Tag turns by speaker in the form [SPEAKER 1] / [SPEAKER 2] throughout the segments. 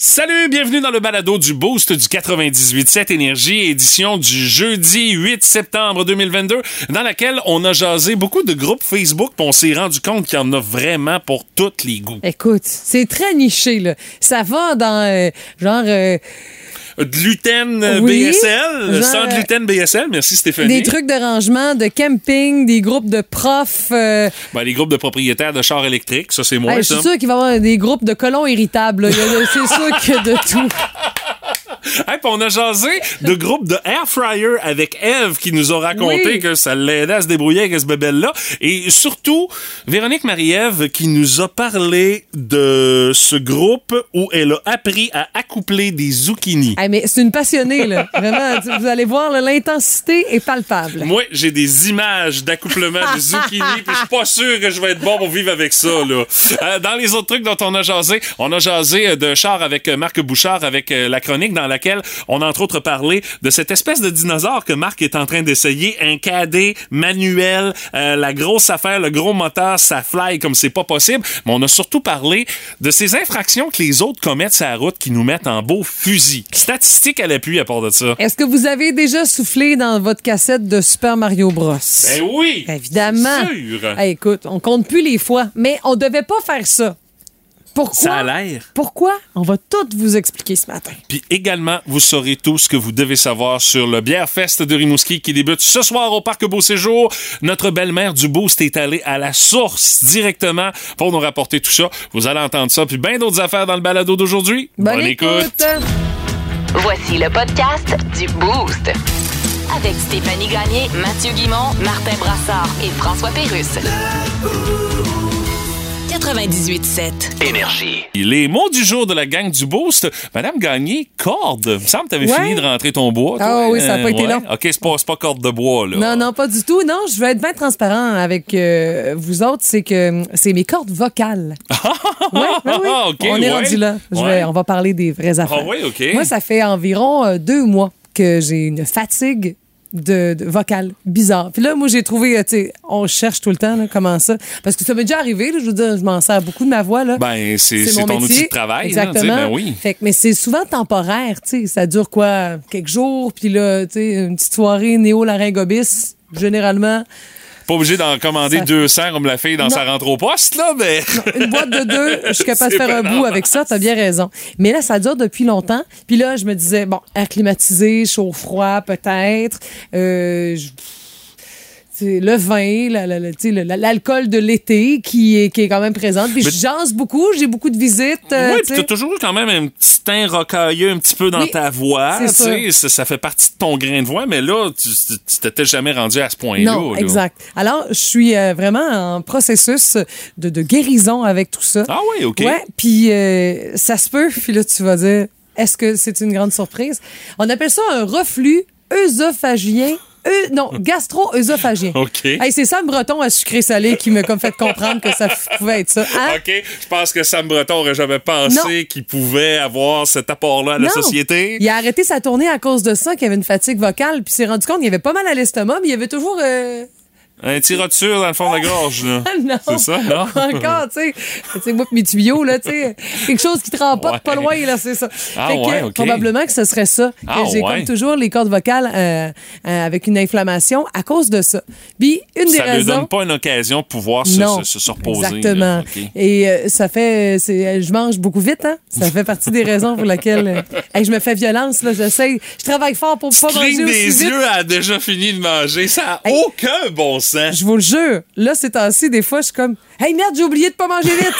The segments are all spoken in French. [SPEAKER 1] Salut, bienvenue dans le balado du Boost du 98.7 Énergie, édition du jeudi 8 septembre 2022, dans laquelle on a jasé beaucoup de groupes Facebook, puis on s'est rendu compte qu'il y en a vraiment pour tous les goûts.
[SPEAKER 2] Écoute, c'est très niché, là. Ça va dans, euh, genre, euh,
[SPEAKER 1] Gluten euh,
[SPEAKER 2] Oui,
[SPEAKER 1] BSL,
[SPEAKER 2] genre,
[SPEAKER 1] sans gluten BSL, merci Stéphanie.
[SPEAKER 2] des trucs de rangement, de camping, des groupes de profs. euh,
[SPEAKER 1] Ben, les groupes de propriétaires de chars électriques, ça c'est moi
[SPEAKER 2] hey, je
[SPEAKER 1] ça.
[SPEAKER 2] suis sûr qu'il va y avoir des groupes de colons irritables. là. Il y a de- C'est sûr que de tout.
[SPEAKER 1] Hey, Hein, puis on a jasé de groupes de air fryer avec Eve qui nous a raconté
[SPEAKER 2] Oui.
[SPEAKER 1] que ça l'aidait à se débrouiller avec ce bébelle-là. Et surtout, Véronique Marie-Ève qui nous a parlé de ce groupe où elle a appris à accoupler des zucchinis.
[SPEAKER 2] Hey, mais c'est une passionnée, là. Vraiment, tu- vous allez voir, là, l'intensité est palpable.
[SPEAKER 1] Moi, j'ai des images d'accouplement de zucchini, puis je suis pas sûr que je vais être bon pour vivre avec ça, là. Euh, dans les autres trucs dont on a jasé, on a jasé euh, de char avec euh, Marc Bouchard, avec euh, la chronique dans laquelle on a entre autres parlé de cette espèce de dinosaure que Marc est en train d'essayer, un cadet manuel, euh, la grosse affaire, le gros moteur, ça fly comme c'est pas possible. Mais on a surtout parlé de ces infractions que les autres commettent sur la route qui nous mettent en beau fusil. Statistiques à l'appui à part de ça.
[SPEAKER 2] Est-ce que vous avez déjà soufflé dans votre cassette de Super Mario Bros?
[SPEAKER 1] Ben oui!
[SPEAKER 2] Évidemment.
[SPEAKER 1] C'est sûr.
[SPEAKER 2] Hey, écoute, on compte plus les fois, mais on devait pas faire ça. Pourquoi?
[SPEAKER 1] Ça a l'air.
[SPEAKER 2] Pourquoi? On va tout vous expliquer ce matin.
[SPEAKER 1] Puis également, vous saurez tout ce que vous devez savoir sur le Bière-Fest de Rimouski qui débute ce soir au Parc Beau Séjour. Notre belle-mère du Boost est allée à la source directement pour nous rapporter tout ça. Vous allez entendre ça, puis bien d'autres affaires dans le balado d'aujourd'hui.
[SPEAKER 3] Voici le podcast du Boost. Avec Stéphanie Gagné, Mathieu Guimont, Martin Brassard et François Pérusse. 98.7.
[SPEAKER 4] Énergie.
[SPEAKER 1] Les mots du jour de la gang du Boost. Madame Gagné, corde. Il me semble que t'avais
[SPEAKER 2] Ouais.
[SPEAKER 1] fini de rentrer ton bois. toi.
[SPEAKER 2] Ah oui, ça a
[SPEAKER 1] Euh,
[SPEAKER 2] pas été
[SPEAKER 1] ouais.
[SPEAKER 2] long.
[SPEAKER 1] OK, c'est pas, c'est pas corde de bois, là.
[SPEAKER 2] Non, non, pas du tout. Non, je vais être bien transparent avec euh, vous autres. C'est que hum, c'est mes cordes vocales. Ouais, ouais, ouais.
[SPEAKER 1] Ah, ok,
[SPEAKER 2] on est
[SPEAKER 1] ouais.
[SPEAKER 2] rendu là. Je vais-
[SPEAKER 1] Ouais. Ah,
[SPEAKER 2] on va parler des vraies affaires.
[SPEAKER 1] ouais, ok.
[SPEAKER 2] Moi, ça fait environ euh, deux mois que j'ai une fatigue de, de vocale bizarre. Puis là, moi, j'ai trouvé, euh, tu sais, on cherche tout le temps, là, comment ça. Parce que ça m'est déjà arrivé, là, je veux dire, je m'en sers beaucoup de ma voix. Là.
[SPEAKER 1] Ben, c'est c'est
[SPEAKER 2] mon
[SPEAKER 1] ton
[SPEAKER 2] métier.
[SPEAKER 1] outil de travail. là, tu sais,
[SPEAKER 2] Exactement.
[SPEAKER 1] ben oui.
[SPEAKER 2] Fait que- mais c'est souvent temporaire, tu sais. Ça dure quoi? Quelques jours, puis là, tu sais, une petite soirée néo-laryngobis, généralement.
[SPEAKER 1] Pas obligé d'en commander
[SPEAKER 2] Ça-
[SPEAKER 1] 200 comme la fille dans
[SPEAKER 2] Non.
[SPEAKER 1] sa rentre au poste, là, mais...
[SPEAKER 2] Une boîte de deux, je suis capable de
[SPEAKER 1] C'est
[SPEAKER 2] faire un
[SPEAKER 1] bien
[SPEAKER 2] bout avec ça, t'as bien raison. Mais là, ça dure depuis longtemps. Puis là, je me disais, bon, air climatisé, chaud, froid, peut-être. Euh, je- tu sais, le vin, la- la- la- tu sais, le- la- l'alcool de l'été qui est, qui est quand même présente. Puis
[SPEAKER 1] Mais-
[SPEAKER 2] je jase beaucoup, j'ai beaucoup de visites. euh,
[SPEAKER 1] oui,
[SPEAKER 2] tu
[SPEAKER 1] puis
[SPEAKER 2] sais.
[SPEAKER 1] t'as toujours quand même un petit teint rocailleux un petit peu dans
[SPEAKER 2] Oui,
[SPEAKER 1] ta voix.
[SPEAKER 2] c'est
[SPEAKER 1] tu sais, Ça, ça fait partie de ton grain de voix, mais là, tu tu t'étais jamais rendu à ce point-là.
[SPEAKER 2] Non,
[SPEAKER 1] là.
[SPEAKER 2] exact. Alors, je suis euh, vraiment en processus de, de guérison avec tout ça.
[SPEAKER 1] Ah oui, OK.
[SPEAKER 2] Ouais, puis euh, ça se peut, puis là, tu vas dire, est-ce que c'est une grande surprise? On appelle ça un reflux œsophagien. eu- non, gastro-œsophagien.
[SPEAKER 1] OK.
[SPEAKER 2] Hey, c'est Sam Breton à sucré-salé qui me comme fait comprendre que ça f- pouvait être ça. Hein?
[SPEAKER 1] OK, je pense que Sam Breton aurait jamais pensé qu'il pouvait avoir cet apport-là à la
[SPEAKER 2] Non.
[SPEAKER 1] société.
[SPEAKER 2] Il a arrêté sa tournée à cause de ça, qu'il avait une fatigue vocale, puis s'est rendu compte qu'il y avait pas mal à l'estomac, mais il y avait toujours euh,
[SPEAKER 1] Un petit rotule dans le fond de la gorge, là.
[SPEAKER 2] non.
[SPEAKER 1] C'est ça, non?
[SPEAKER 2] Pas Encore, tu sais. Tu sais, moi, pis mes tuyaux, là, tu sais. Quelque chose qui te remporte
[SPEAKER 1] Ouais.
[SPEAKER 2] pas loin, là, c'est ça.
[SPEAKER 1] Ah
[SPEAKER 2] Fait que,
[SPEAKER 1] ouais, ok.
[SPEAKER 2] probablement que ce serait ça. Que
[SPEAKER 1] Ah
[SPEAKER 2] j'ai
[SPEAKER 1] ouais.
[SPEAKER 2] comme toujours les cordes vocales euh, euh, avec une inflammation à cause de ça. Puis, une des
[SPEAKER 1] Ça ne
[SPEAKER 2] raisons.
[SPEAKER 1] donne pas une occasion de pouvoir se,
[SPEAKER 2] Non.
[SPEAKER 1] se- se- se reposer. là.
[SPEAKER 2] Exactement.
[SPEAKER 1] OK.
[SPEAKER 2] Et euh, ça fait. euh, c'est- euh, je mange beaucoup vite, hein? Ça fait partie des raisons pour lesquelles. euh, hey, je me fais violence, là. J'essaie. Je travaille fort pour pas manger
[SPEAKER 1] Cligne
[SPEAKER 2] aussi
[SPEAKER 1] des
[SPEAKER 2] vite.
[SPEAKER 1] yeux a déjà fini de manger. Ça n'a
[SPEAKER 2] Hey.
[SPEAKER 1] aucun bon sens.
[SPEAKER 2] Je vous le jure, là, ces temps-ci, des fois, je suis comme Hey merde, j'ai oublié de pas manger vite!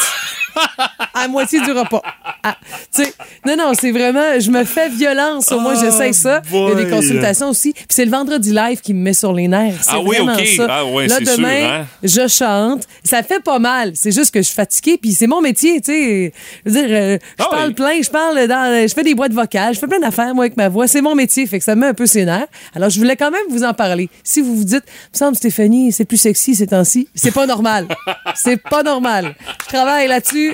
[SPEAKER 2] à moitié du repas. Ah, tu sais, non, non, c'est vraiment, je me fais violence. Au moins,
[SPEAKER 1] Oh
[SPEAKER 2] j'essaie ça. Il y a
[SPEAKER 1] boy.
[SPEAKER 2] des consultations aussi. Puis c'est le vendredi live qui me met sur les nerfs. C'est
[SPEAKER 1] Ah oui,
[SPEAKER 2] vraiment
[SPEAKER 1] ok.
[SPEAKER 2] ça.
[SPEAKER 1] Ah ouais,
[SPEAKER 2] là,
[SPEAKER 1] c'est sûr,
[SPEAKER 2] demain,
[SPEAKER 1] hein.
[SPEAKER 2] je chante. Ça fait pas mal. C'est juste que je suis fatiguée. Puis c'est mon métier, tu sais. Je veux dire, euh, je
[SPEAKER 1] Ah
[SPEAKER 2] parle
[SPEAKER 1] oui.
[SPEAKER 2] plein, je parle dans, je fais des boîtes vocales, je fais plein d'affaires, moi, avec ma voix. C'est mon métier, fait que ça me met un peu ses nerfs. Alors, je voulais quand même vous en parler. Si vous vous dites, me semble, Stéphanie, c'est plus sexy ces temps-ci, c'est pas normal. c'est pas normal. Je travaille là-dessus.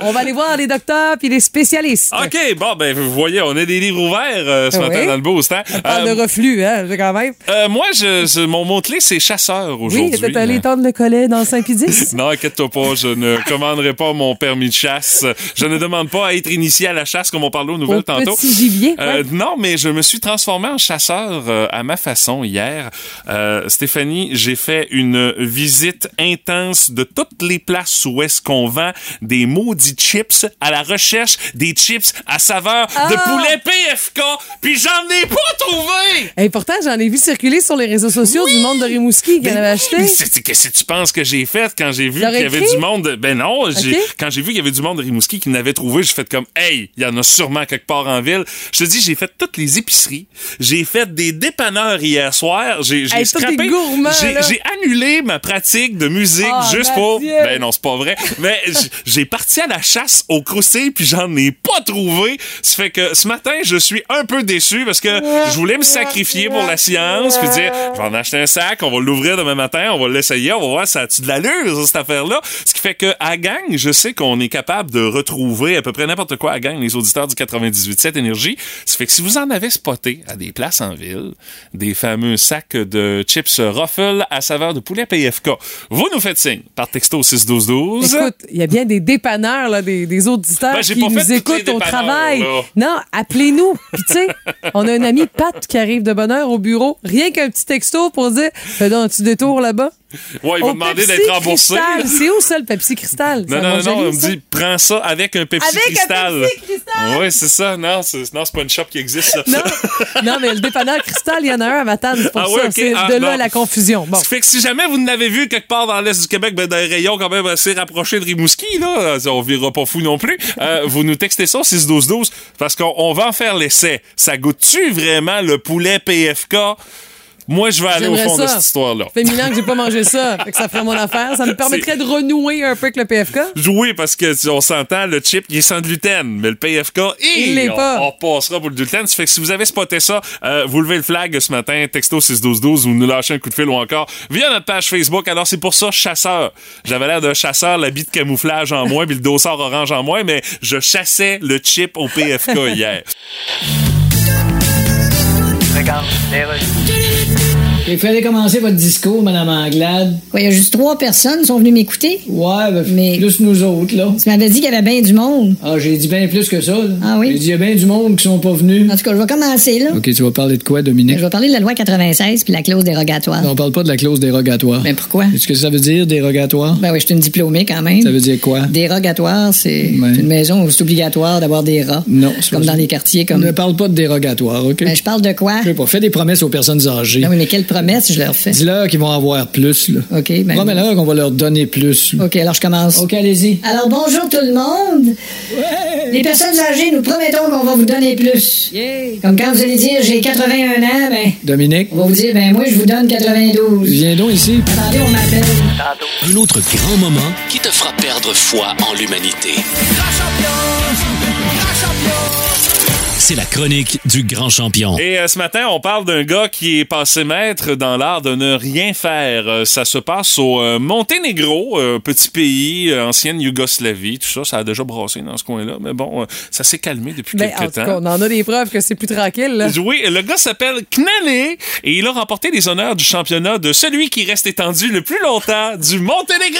[SPEAKER 2] On va aller voir les docteurs puis les spécialistes.
[SPEAKER 1] OK, bon, ben, vous voyez, on a des livres ouverts euh, ce
[SPEAKER 2] Oui.
[SPEAKER 1] matin dans le boost. Hein?
[SPEAKER 2] Ah On parle
[SPEAKER 1] Euh,
[SPEAKER 2] de reflux, hein, quand même.
[SPEAKER 1] euh, moi, je, je- mon mot-clé, c'est chasseur
[SPEAKER 2] Oui,
[SPEAKER 1] aujourd'hui. hein.
[SPEAKER 2] t'es allé tendre le collet dans le 5 puis 10.
[SPEAKER 1] Non, inquiète-toi pas, je ne commanderai pas mon permis de chasse. Je ne demande pas à être initié à la chasse comme on parlait aux nouvelles
[SPEAKER 2] Au
[SPEAKER 1] tantôt.
[SPEAKER 2] petit gibier, ouais.
[SPEAKER 1] Euh, non, mais je me suis transformé en chasseur euh, à ma façon hier. Euh, Stéphanie, j'ai fait une visite intense de toutes les places où est-ce qu'on vend des maudits chips à la recherche des chips à saveur de
[SPEAKER 2] Ah!
[SPEAKER 1] poulet PFK, puis j'en ai pas trouvé!
[SPEAKER 2] Et pourtant, j'en ai vu circuler sur les réseaux sociaux du monde de Rimouski qu'elle
[SPEAKER 1] Mais
[SPEAKER 2] avait
[SPEAKER 1] Ben oui,
[SPEAKER 2] acheté.
[SPEAKER 1] mais c'est- c'est- Qu'est-ce que tu penses que j'ai fait quand j'ai vu
[SPEAKER 2] T'aurais
[SPEAKER 1] qu'il y avait
[SPEAKER 2] écrit?
[SPEAKER 1] du monde? de- Ben non, j'ai-
[SPEAKER 2] Ok.
[SPEAKER 1] quand j'ai vu qu'il y avait du monde de Rimouski qui n'avait trouvé, j'ai fait comme, hey, il y en a sûrement quelque part en ville. Je te dis, j'ai fait toutes les épiceries. J'ai fait des dépanneurs hier soir. J'ai j'ai
[SPEAKER 2] Hey, toi,
[SPEAKER 1] scrappé.
[SPEAKER 2] t'es gourmand,
[SPEAKER 1] J'ai
[SPEAKER 2] là.
[SPEAKER 1] j'ai annulé ma pratique de musique
[SPEAKER 2] Ah,
[SPEAKER 1] juste
[SPEAKER 2] ma
[SPEAKER 1] pour.
[SPEAKER 2] Dieu.
[SPEAKER 1] Ben non, c'est pas vrai. Mais j- j'ai parti à la chasse au croustilles puis j'en ai pas trouvé. Ça fait que ce matin, je suis un peu déçu parce que je voulais me sacrifier pour la science puis dire je vais en acheter un sac, on va l'ouvrir demain matin, on va l'essayer, on va voir si ça a-tu de l'allure, ça, cette affaire-là. Ce qui fait que à gang, je sais qu'on est capable de retrouver à peu près n'importe quoi à gang, les auditeurs du 98.7 Énergie. Ça fait que si vous en avez spoté à des places en ville, des fameux sacs de chips Ruffle à saveur de poulet PFK, vous nous faites signe par texto 61212.
[SPEAKER 2] Écoute, il y a bien des dépanneurs, là, des, des auditeurs
[SPEAKER 1] Ben, j'ai
[SPEAKER 2] qui
[SPEAKER 1] pas fait tous
[SPEAKER 2] nous
[SPEAKER 1] les
[SPEAKER 2] écoutent au
[SPEAKER 1] dépanneurs,
[SPEAKER 2] travail.
[SPEAKER 1] là.
[SPEAKER 2] Non, appelez-nous. Puis tu sais, on a un ami, Pat, qui arrive de bonne heure au bureau. Rien qu'un petit texto pour dire, fais donc un petit détour là-bas.
[SPEAKER 1] Ouais, il
[SPEAKER 2] Au
[SPEAKER 1] va demander
[SPEAKER 2] Pepsi
[SPEAKER 1] d'être remboursé.
[SPEAKER 2] Cristal. C'est où ça, le Pepsi Cristal? C'est
[SPEAKER 1] Non,
[SPEAKER 2] à
[SPEAKER 1] non, non,
[SPEAKER 2] Montjoly,
[SPEAKER 1] non, on me
[SPEAKER 2] ça?
[SPEAKER 1] dit, prends ça avec un Pepsi
[SPEAKER 2] Avec un
[SPEAKER 1] Cristal.
[SPEAKER 2] Pepsi Cristal!
[SPEAKER 1] Oui, c'est ça. Non, c'est non, c'est pas une shop qui existe, ça.
[SPEAKER 2] Non, non, mais le dépanneur Cristal, il y en a un à Matane, c'est pour
[SPEAKER 1] Ah
[SPEAKER 2] ça.
[SPEAKER 1] ouais, ok.
[SPEAKER 2] C'est
[SPEAKER 1] Ah,
[SPEAKER 2] de là
[SPEAKER 1] non.
[SPEAKER 2] la confusion. Bon.
[SPEAKER 1] Ce qui fait que si jamais vous n'avez vu quelque part dans l'Est du Québec, ben, dans les rayons quand même assez rapprochés de Rimouski, là, euh, on virera pas fou non plus, euh, vous nous textez ça au 6-12-12 parce qu'on on va en faire l'essai. Ça goûte-tu vraiment le poulet PFK? Moi, je vais aller au
[SPEAKER 2] J'aimerais
[SPEAKER 1] fond de
[SPEAKER 2] ça.
[SPEAKER 1] cette histoire-là.
[SPEAKER 2] Fait mille ans que j'ai pas mangé ça. Fait que ça ferait mon affaire. Ça me permettrait de renouer un peu avec le PFK.
[SPEAKER 1] Oui, parce que si on s'entend, le chip, il est sans gluten, mais le PFK, hi,
[SPEAKER 2] Il l'est
[SPEAKER 1] eh, on,
[SPEAKER 2] pas.
[SPEAKER 1] on passera pour le gluten. Ça fait que si vous avez spoté ça, euh, vous levez le flag ce matin, texto 61212, ou nous lâchez un coup de fil ou encore via notre page Facebook. Alors c'est pour ça, chasseur. J'avais l'air d'un chasseur, l'habit de camouflage en moins, puis le dossard orange en moins, mais je chassais le chip au PFK hier.
[SPEAKER 4] Il fallait commencer votre discours, Madame Anglade.
[SPEAKER 5] Quoi, il y a juste trois personnes qui sont venues m'écouter.
[SPEAKER 4] Ouais, ben,
[SPEAKER 5] Mais-
[SPEAKER 4] plus nous autres, là.
[SPEAKER 5] Tu m'avais dit qu'il y avait bien du monde.
[SPEAKER 4] Ah, j'ai dit bien plus que ça. là.
[SPEAKER 5] Ah oui?
[SPEAKER 4] J'ai dit, il y a bien du monde qui sont pas venus.
[SPEAKER 5] En tout cas, je vais commencer, là.
[SPEAKER 4] OK, tu vas parler de quoi, Dominique?
[SPEAKER 5] Je vais parler de la loi 96 puis la clause dérogatoire.
[SPEAKER 4] On parle pas de la clause dérogatoire.
[SPEAKER 5] Hein? Mais pourquoi?
[SPEAKER 4] Est-ce que ça veut dire, dérogatoire?
[SPEAKER 5] Ben oui, je suis une diplômée quand même.
[SPEAKER 4] Ça veut dire quoi?
[SPEAKER 5] Dérogatoire, c'est
[SPEAKER 4] Ouais.
[SPEAKER 5] une maison où c'est obligatoire d'avoir des rats.
[SPEAKER 4] Non, c'est
[SPEAKER 5] Comme
[SPEAKER 4] pas
[SPEAKER 5] dans
[SPEAKER 4] ça.
[SPEAKER 5] les quartiers
[SPEAKER 4] On
[SPEAKER 5] comme.
[SPEAKER 4] ne parle pas de dérogatoire, OK?
[SPEAKER 5] Ben, je parle de quoi?
[SPEAKER 4] Je sais pas, fais des promesses aux personnes âgées.
[SPEAKER 5] Non, oui, mais quelle promesse je leur fais?
[SPEAKER 4] Dis-leur qu'ils vont avoir plus, là.
[SPEAKER 5] OK, ben.
[SPEAKER 4] Promets-leur qu'on va leur donner plus. là.
[SPEAKER 5] OK, alors je commence.
[SPEAKER 4] OK, allez-y.
[SPEAKER 5] Alors bonjour tout le monde. Les personnes âgées, nous promettons qu'on va vous donner plus. Comme quand vous allez dire j'ai 81 ans, ben
[SPEAKER 4] Dominique,
[SPEAKER 5] on va vous dire ben moi je vous donne 92.
[SPEAKER 4] viens donc ici.
[SPEAKER 5] Attendez, on m'appelle.
[SPEAKER 6] Un autre grand moment qui te fera perdre foi en l'humanité. C'est la chronique du grand champion.
[SPEAKER 1] Et euh, ce matin, on parle d'un gars qui est passé maître dans l'art de ne rien faire. Euh, ça se passe au euh, Monténégro, euh, petit pays, euh, ancienne Yougoslavie, tout ça. Ça a déjà brassé dans ce coin-là, mais bon, euh, ça s'est calmé depuis
[SPEAKER 2] Ben, en
[SPEAKER 1] quelques
[SPEAKER 2] tout cas,
[SPEAKER 1] temps.
[SPEAKER 2] on en a des preuves que c'est plus tranquille. là.
[SPEAKER 1] Oui, le gars s'appelle Knale et il a remporté les honneurs du championnat de celui qui reste étendu le plus longtemps, du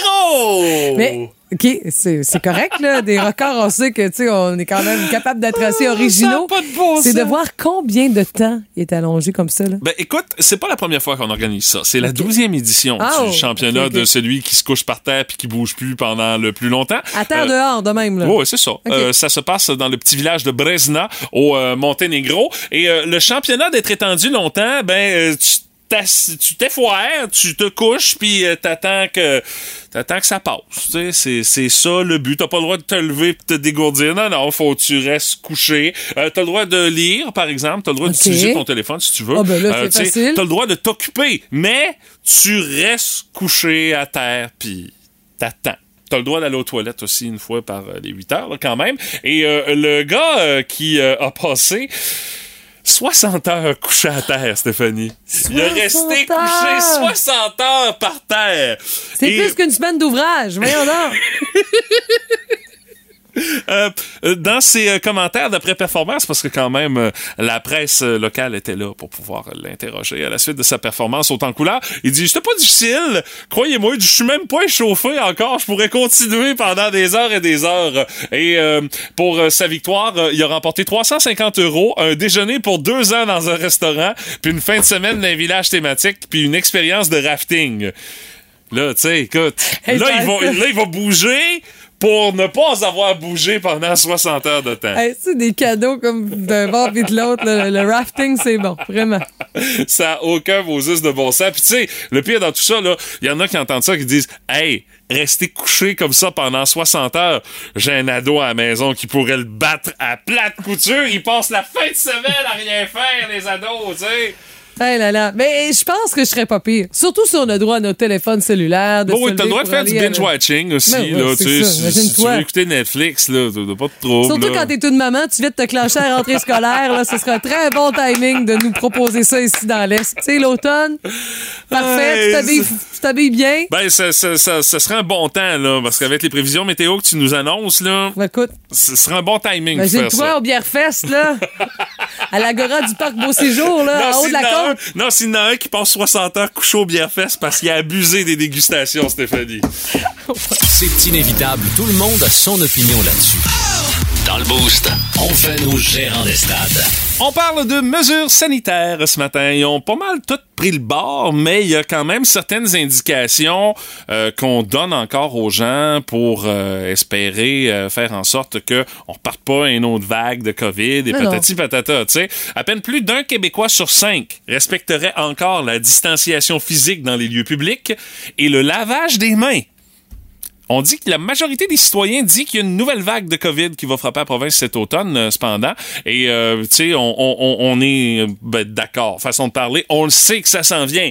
[SPEAKER 1] Monténégro!
[SPEAKER 2] Mais, OK, c'est c'est correct, là. Des records, on sait que, tu sais, on est quand même capable d'être assez originaux.
[SPEAKER 1] Ah, ça a pas de bon
[SPEAKER 2] C'est de
[SPEAKER 1] sens.
[SPEAKER 2] voir combien de temps il est allongé comme ça, là.
[SPEAKER 1] Ben écoute, c'est pas la première fois qu'on organise ça. C'est la douzième édition
[SPEAKER 2] Ah, oh,
[SPEAKER 1] du championnat
[SPEAKER 2] ok, ok.
[SPEAKER 1] de celui qui se couche par terre puis qui bouge plus pendant le plus longtemps.
[SPEAKER 2] À terre
[SPEAKER 1] Euh,
[SPEAKER 2] dehors, de même, là.
[SPEAKER 1] Oui, c'est ça. Euh, ça se passe dans le petit village de Bresna, au euh, Monténégro. Et euh, le championnat d'être étendu longtemps, ben, euh, tu t'ass- tu t'effoires, tu te couches, puis euh, t'attends que t'attends que ça passe. Tu sais, C'est, c'est ça le but. T'as pas le droit de te lever pis de te dégourdir. Non, non, faut que tu restes couché. Euh, t'as le droit de lire, par exemple. T'as le droit
[SPEAKER 2] Ok.
[SPEAKER 1] d'utiliser ton téléphone si tu veux. Euh,
[SPEAKER 2] Ah, ben là, c'est
[SPEAKER 1] tu sais,
[SPEAKER 2] facile.
[SPEAKER 1] T'as le droit de t'occuper, mais tu restes couché à terre, puis t'attends. T'as le droit d'aller aux toilettes aussi une fois par euh, les 8 heures, là, quand même. Et euh, le gars euh, qui euh, a passé 60 heures couché à terre, Stéphanie. Il est
[SPEAKER 2] 60
[SPEAKER 1] resté couché
[SPEAKER 2] heures!
[SPEAKER 1] 60 heures par terre.
[SPEAKER 2] C'est
[SPEAKER 1] Et-
[SPEAKER 2] plus qu'une semaine d'ouvrage, voyons donc.
[SPEAKER 1] Euh, euh, dans ses euh, commentaires d'après-performance, parce que quand même, euh, la presse euh, locale était là pour pouvoir euh, l'interroger à la suite de sa performance autant couleur, il dit « J'étais pas difficile, croyez-moi, je suis même pas échauffé encore, je pourrais continuer pendant des heures et des heures. » Et euh, pour euh, sa victoire, euh, il a remporté 350 euros, un déjeuner pour deux ans dans un restaurant, puis une fin de semaine dans un village thématique, puis une expérience de rafting. Là, tu sais, écoute,
[SPEAKER 2] Hey,
[SPEAKER 1] là,
[SPEAKER 2] Jack.
[SPEAKER 1] il va, là, il va bouger pour ne pas avoir bougé pendant 60 heures de temps.
[SPEAKER 2] Hey, c'est des cadeaux comme d'un bord et de l'autre. là. Le, le rafting, c'est bon, vraiment.
[SPEAKER 1] Ça n'a aucun juste de bon sens. Puis tu sais, le pire dans tout ça, là, il y en a qui entendent ça qui disent Hey, rester couché comme ça pendant 60 heures, j'ai un ado à la maison qui pourrait le battre à plate couture. Il passe la fin de semaine à rien faire, les ados, tu sais.
[SPEAKER 2] Hey là là. Mais je pense que je serais pas pire. Surtout si on a droit à notre téléphone cellulaire. Ah, De
[SPEAKER 1] Bon,
[SPEAKER 2] se
[SPEAKER 1] Oh, oui, t'as le
[SPEAKER 2] lever
[SPEAKER 1] droit de
[SPEAKER 2] pour
[SPEAKER 1] faire du
[SPEAKER 2] aller à-
[SPEAKER 1] binge-watching aussi,
[SPEAKER 2] Ben ouais,
[SPEAKER 1] là,
[SPEAKER 2] c'est
[SPEAKER 1] tu sais.
[SPEAKER 2] ça,
[SPEAKER 1] Si, si tu
[SPEAKER 2] imagine-toi.
[SPEAKER 1] veux écouter Netflix, là, t'as pas de trouble. là.
[SPEAKER 2] Surtout quand t'es une maman, tu viens de te clencher à la rentrée scolaire. Là, ce serait un très bon timing de nous proposer ça ici dans l'Est. Tu sais, l'automne, parfait,
[SPEAKER 1] Hey,
[SPEAKER 2] tu t'habilles- tu t'habilles bien.
[SPEAKER 1] Ben, ça, ça, ça, ça serait un bon temps, là, parce qu'avec les prévisions météo que tu nous annonces, là,
[SPEAKER 2] Ben, écoute,
[SPEAKER 1] ce serait un bon timing de faire
[SPEAKER 2] imagine-toi
[SPEAKER 1] ça.
[SPEAKER 2] au Bière-Fest, là, à l'agora du Parc Beau Séjour, là, en haut
[SPEAKER 1] s'il
[SPEAKER 2] de
[SPEAKER 1] y en
[SPEAKER 2] la
[SPEAKER 1] a
[SPEAKER 2] côte.
[SPEAKER 1] un- non, s'il y en a un qui passe 60 heures couché au bière-fesse parce qu'il a abusé des dégustations, Stéphanie.
[SPEAKER 6] C'est inévitable. Tout le monde a son opinion là-dessus. Dans le boost, on fait nos gérants des stades.
[SPEAKER 1] On parle de mesures sanitaires ce matin. Ils ont pas mal toutes pris le bord, mais il y a quand même certaines indications euh, qu'on donne encore aux gens pour euh, espérer euh, faire en sorte que on reparte pas à une autre vague de COVID et
[SPEAKER 2] Mais non.
[SPEAKER 1] patati patata. Tu sais, à peine plus d'un Québécois sur cinq respecterait encore la distanciation physique dans les lieux publics et le lavage des mains. On dit que la majorité des citoyens dit qu'il y a une nouvelle vague de COVID qui va frapper la province cet automne, euh, cependant. Et, euh, tu sais, on, on- on- on est euh, ben, d'accord. Façon de parler, on le sait que ça s'en vient.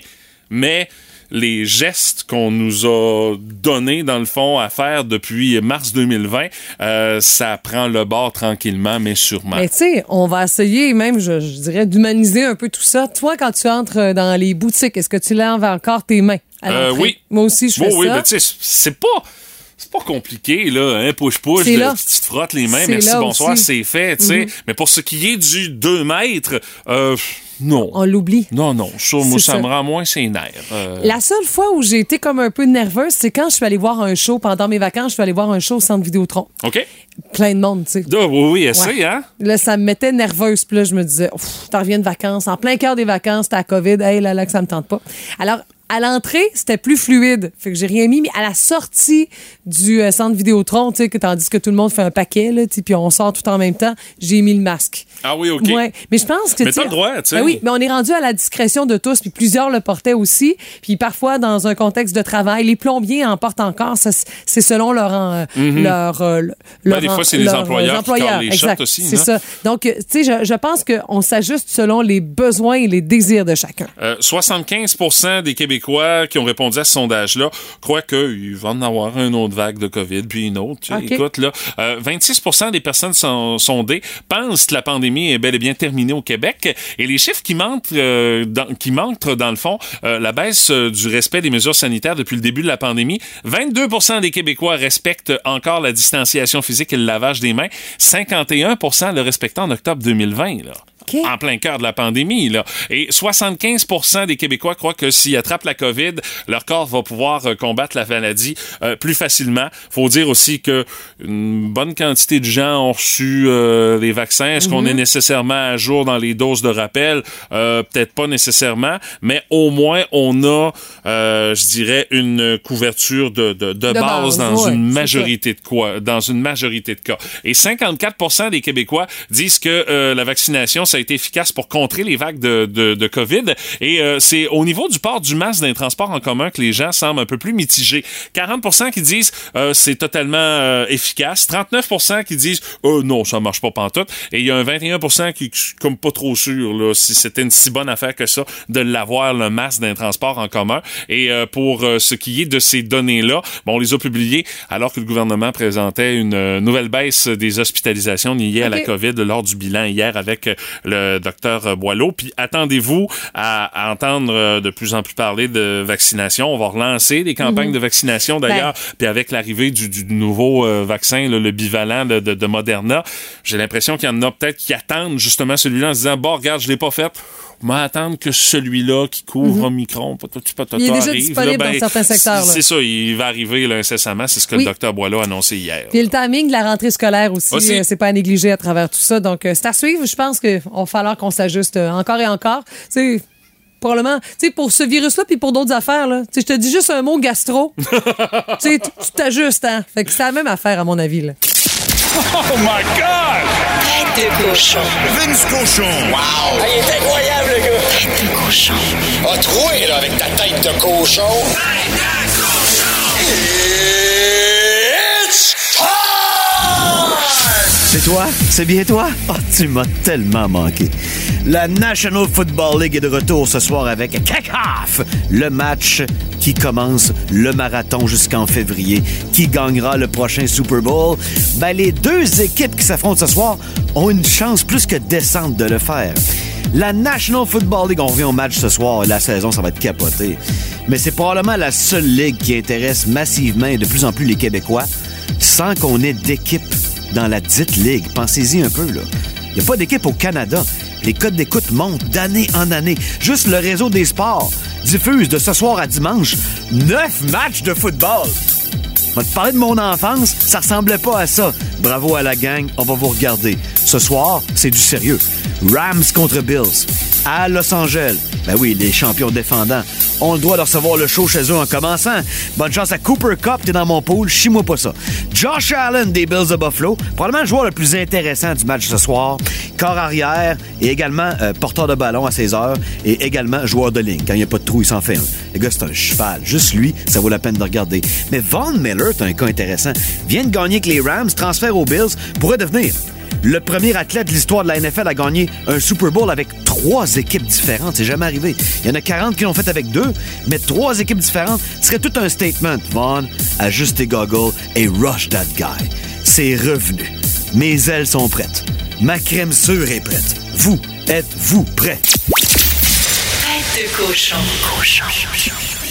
[SPEAKER 1] Mais les gestes qu'on nous a donnés, dans le fond, à faire depuis mars 2020, euh, ça prend le bord tranquillement, mais sûrement.
[SPEAKER 2] Mais tu sais, on va essayer même, je, je dirais, d'humaniser un peu tout ça. Toi, quand tu entres euh, dans les boutiques, est-ce que tu laves encore tes mains à
[SPEAKER 1] Euh,
[SPEAKER 2] l'entrée?
[SPEAKER 1] oui.
[SPEAKER 2] Moi aussi, je fais
[SPEAKER 1] Bon, oui,
[SPEAKER 2] ça.
[SPEAKER 1] mais tu sais, c'est pas. C'est pas compliqué, là, hein, push-push,
[SPEAKER 2] C'est
[SPEAKER 1] de-
[SPEAKER 2] là.
[SPEAKER 1] tu te frottes les mains,
[SPEAKER 2] C'est
[SPEAKER 1] merci,
[SPEAKER 2] là
[SPEAKER 1] bonsoir,
[SPEAKER 2] aussi. Mm-hmm.
[SPEAKER 1] c'est fait, tu sais. Mais pour ce qui est du 2 mètres, euh, non.
[SPEAKER 2] on l'oublie.
[SPEAKER 1] Non, non, ça, moi,
[SPEAKER 2] C'est
[SPEAKER 1] ça,
[SPEAKER 2] ça.
[SPEAKER 1] me rend moins ses nerfs. Euh,
[SPEAKER 2] La seule fois où j'ai été comme un peu nerveuse, c'est quand je suis allée voir un show pendant mes vacances. Je suis allée voir un show au centre Vidéotron.
[SPEAKER 1] OK?
[SPEAKER 2] Plein de monde, tu sais.
[SPEAKER 1] Ah, oui, oui, essaye,
[SPEAKER 2] Ouais.
[SPEAKER 1] hein?
[SPEAKER 2] Là, ça me mettait nerveuse. Puis là, je me disais, Ouf, t'en reviens de vacances. En plein cœur des vacances, t'as la COVID. Hey, là, là, que ça me tente pas. Alors, à l'entrée, c'était plus fluide. Fait que j'ai rien mis. Mais à la sortie du euh, centre Vidéotron, tu sais, que tandis que tout le monde fait un paquet, là, tu sais, puis on sort tout en même temps, j'ai mis le masque.
[SPEAKER 1] Ah oui, OK.
[SPEAKER 2] Ouais. Mais je pense que.
[SPEAKER 1] Mais
[SPEAKER 2] tu sais,
[SPEAKER 1] t'as le droit, tu sais.
[SPEAKER 2] ben oui, mais on est rendu à la discrétion de tous, puis plusieurs le portaient aussi. Puis parfois, dans un contexte de travail, les plombiers en portent encore. Ça, C'est selon leur. en- leur, euh, leur
[SPEAKER 1] Mhm. Ben, des
[SPEAKER 2] en-
[SPEAKER 1] fois, c'est les
[SPEAKER 2] leur, euh,
[SPEAKER 1] employeurs qui collent les
[SPEAKER 2] Exact.
[SPEAKER 1] shots aussi, hein.
[SPEAKER 2] C'est
[SPEAKER 1] non?
[SPEAKER 2] ça. Donc, euh, tu sais, je, je pense qu'on s'ajuste selon les besoins et les désirs de chacun.
[SPEAKER 1] Euh, 75 des Québécois qui ont répondu à ce sondage-là croient qu'il va en avoir une autre vague de COVID, puis une autre. tu sais.
[SPEAKER 2] OK.
[SPEAKER 1] Écoute, là, euh, 26 des personnes sont- sondées pensent que la pandémie est bel et bien terminée au Québec. Et les chiffres qui montrent, euh, dans, qui montrent dans le fond, euh, la baisse euh, du respect des mesures sanitaires depuis le début de la pandémie, 22 des Québécois respectent encore la distanciation physique et le lavage des mains, 51 le respectent en octobre 2020. Là
[SPEAKER 2] OK.
[SPEAKER 1] en plein cœur de la pandémie. Là. Et 75 des Québécois croient que s'ils attrapent la COVID, leur corps va pouvoir euh, combattre la maladie euh, plus facilement. faut dire aussi que une bonne quantité de gens ont reçu euh, les vaccins. Est-ce qu'on est nécessairement à jour dans les doses de rappel? Euh, Peut-être pas nécessairement, mais au moins on a, euh, je dirais, une couverture de, de, de base,
[SPEAKER 2] base,
[SPEAKER 1] dans
[SPEAKER 2] ouais,
[SPEAKER 1] une
[SPEAKER 2] c'est ça.
[SPEAKER 1] majorité majorité de quoi, dans une majorité de cas. Et 54 des Québécois disent que euh, la vaccination, ça a été efficace pour contrer les vagues de, de- de COVID. Et euh, c'est au niveau du port du masque dans les transports en commun que les gens semblent un peu plus mitigés. 40 qui disent euh, c'est totalement euh, efficace. 39 qui disent euh, non, ça marche pas pantoute. Et il y a un 21 qui, qui est comme pas trop sûr là, si c'était une si bonne affaire que ça de l'avoir le masque d'un transport en commun. Et euh, pour euh, ce qui est de ces données-là, bon, on les a publiées alors que le gouvernement présentait une euh, nouvelle baisse des hospitalisations liées à la
[SPEAKER 2] Ok.
[SPEAKER 1] COVID lors du bilan hier avec euh, le docteur Boileau. Puis attendez-vous à, à entendre euh, de plus en plus parler de vaccination. On va relancer des campagnes de vaccination d'ailleurs.
[SPEAKER 2] Ben.
[SPEAKER 1] Puis avec l'arrivée du, du nouveau euh, vaccin, là, le bivalent de, de- de Moderna, j'ai l'impression qu'il y en a peut-être qui attendent justement celui-là en se disant, bon, regarde, je l'ai pas fait. On va attendre que celui-là qui couvre Omicron, patati patata,
[SPEAKER 2] Mhm. Il est déjà
[SPEAKER 1] arrive, ben,
[SPEAKER 2] disponible dans certains secteurs,
[SPEAKER 1] C'est
[SPEAKER 2] là.
[SPEAKER 1] ça, il va arriver là, incessamment. C'est ce que
[SPEAKER 2] Oui.
[SPEAKER 1] le docteur Boileau a annoncé hier.
[SPEAKER 2] Puis le timing de la rentrée scolaire aussi,
[SPEAKER 1] Aussi.
[SPEAKER 2] euh, c'est pas à négliger à travers tout ça. Donc, euh, c'est à suivre. Je pense qu'il va falloir qu'on s'ajuste euh, encore et encore. Tu sais, probablement, tu sais, pour ce virus-là, puis pour d'autres affaires, là, tu sais, je te dis juste un mot gastro. tu sais, tu tu t'ajustes, hein. Fait que c'est la même affaire, à mon avis, là.
[SPEAKER 1] Oh my God!
[SPEAKER 7] Tête de cochon.
[SPEAKER 8] Vince Cochon.
[SPEAKER 7] Ah, il est incroyable, le gars. Tête de cochon. A troué, là, avec ta tête de cochon. Tête de cochon. It's time!
[SPEAKER 9] C'est toi? C'est bien toi? Oh, tu m'as tellement manqué. La National Football League est de retour ce soir avec Kick Off, le match qui commence le marathon jusqu'en février. Qui gagnera le prochain Super Bowl? Ben, les deux équipes qui s'affrontent ce soir ont une chance plus que décente de le faire. La National Football League, on revient au match ce soir et la saison, ça va être capoté. Mais c'est probablement la seule ligue qui intéresse massivement et de plus en plus les Québécois sans qu'on ait d'équipe dans la dite ligue. Pensez-y un peu, là. Il n'y a pas d'équipe au Canada. Les codes d'écoute montent d'année en année. Juste le réseau des sports diffuse de ce soir à dimanche neuf matchs de football. Je vais te parler de mon enfance, ça ressemblait pas à ça. Bravo à la gang, on va vous regarder. Ce soir, c'est du sérieux. Rams contre Bills, à Los Angeles. Ben oui, les champions défendants. On le doit leur recevoir le show chez eux en commençant. Bonne chance à Cooper Cup, t'es dans mon pool, chie-moi pas ça. Josh Allen des Bills de Buffalo, probablement le joueur le plus intéressant du match ce soir. Corps arrière et également euh, porteur de ballon à 16 heures et également joueur de ligne. Quand il n'y a pas de trou, il s'en fait un. Le gars, c'est un cheval. Juste lui, ça vaut la peine de regarder. Mais Von Miller, c'est un cas intéressant. Vient de gagner avec les Rams, transfert aux Bills, pourrait devenir le premier athlète de l'histoire de la NFL à gagner un Super Bowl avec trois équipes différentes. C'est jamais arrivé. Il y en a 40 qui l'ont fait avec deux, mais trois équipes différentes ce serait tout un statement. Vaughn, ajuste tes goggles et rush that guy. C'est revenu. Mes ailes sont prêtes. Ma crème sûre est prête. Vous, êtes-vous prêts?
[SPEAKER 7] Tête de cochon. Cochon.